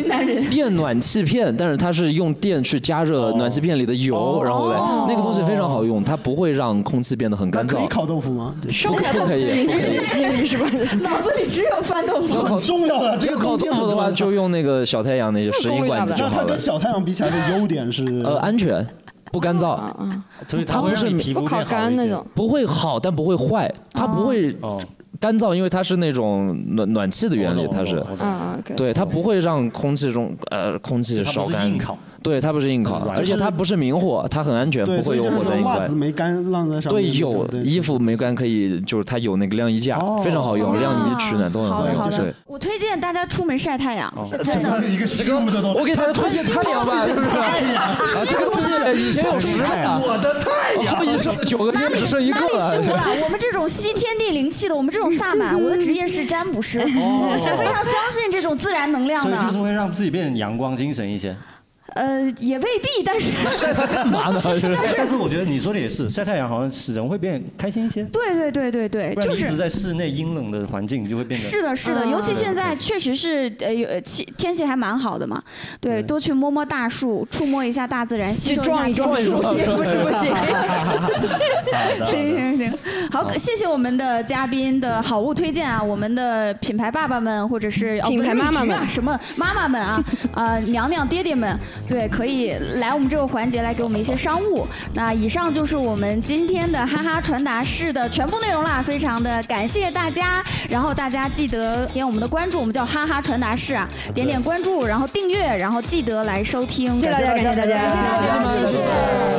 H: 电暖气片，但是它是用电去加
O: 哦
H: 热暖气片里的油，然后来那个东西非常好用，它不会让空气变得很干燥。
O: 可以烤豆腐吗？
H: 不可不可以？
O: 不可以
B: 心里是吧？脑子里只有翻豆腐。
O: 很重要的，这个
H: 烤豆腐的话，就用那个小太阳那些石英管子就
O: 那
H: 好
O: 它
H: 了
O: 跟。小太阳比起来的优点是？
H: 呃，安全，不干燥，
G: 所以
H: 啊
G: 它
H: 它
G: 会
H: 不是
G: 让你皮肤变好一些。
H: 不会好，但不会坏，它不会干燥，因为它是那种暖暖气的原理，它是，
B: 啊，OK
H: 嗯对，它不会让空气中呃空气烧
O: 它不是
H: 干
O: 硬烤，
H: 对，它不是硬烤，而且它不是明火，它很安全，
O: 对，
H: 不会有
O: 所以就
H: 火
O: 是
H: 灾
O: 说
H: 意
O: 袜
H: 外
O: 子。没干晾在上面
H: 对，
O: 那种。
H: 有衣服没干可以，就是它有那个晾衣架，非常好用，晾衣取暖都很
F: 好的
H: 用
F: 好，
H: 对
F: 的。，我推荐大家出门晒太阳，真的。
O: 一个虚无的东西。
H: 我给大家推荐太阳吧，是不是？啊，这个东西以前有啊十个呀，
O: 我的太阳，
H: 我已经九个，现在只剩一个
F: 哪里虚无
H: 了
F: 了。？我们这种吸天地灵气的，我们这种萨满，我的职业是占卜师，
H: 哦
F: 我 是非常相信这种自然能量
G: 所以就是
F: 的。
G: 会让自己变阳光精神一些。
F: 呃，也未必，但是但是
G: 但是我觉得你说的也是，晒太阳好像使人会变开心一些。
F: 对对对对对，
G: 不然
F: 就
G: 你一直
F: 是。
G: 在室内阴冷的环境，你就会变得嗯
F: 是的，是
H: 嗯
F: 的，尤其现在确实是呃有呃气天气还蛮好的嘛，对，多去摸摸大树，触摸一下大自然，吸收
B: 撞
F: 一
B: 一
F: 下
B: 撞
F: 树
B: 树。
F: 行不是不 行行行行，好，谢谢我们的嘉宾的好物推荐啊，我们的品牌爸爸们或者是哦
B: 嗯品牌妈妈
F: 文旅局啊
B: 们
F: 什么妈妈们 啊，呃娘娘爹爹们，对，可以来我们这个环节来给我们一些商务。那以上就是我们今天的哈哈传达室的全部内容啦，非常的感谢大家。然后大家记得点我们的关注，我们叫哈哈传达室啊，点点关注，然后订阅，然后记得来收听。
B: 谢谢大家感谢大家
F: 感谢大家，谢谢。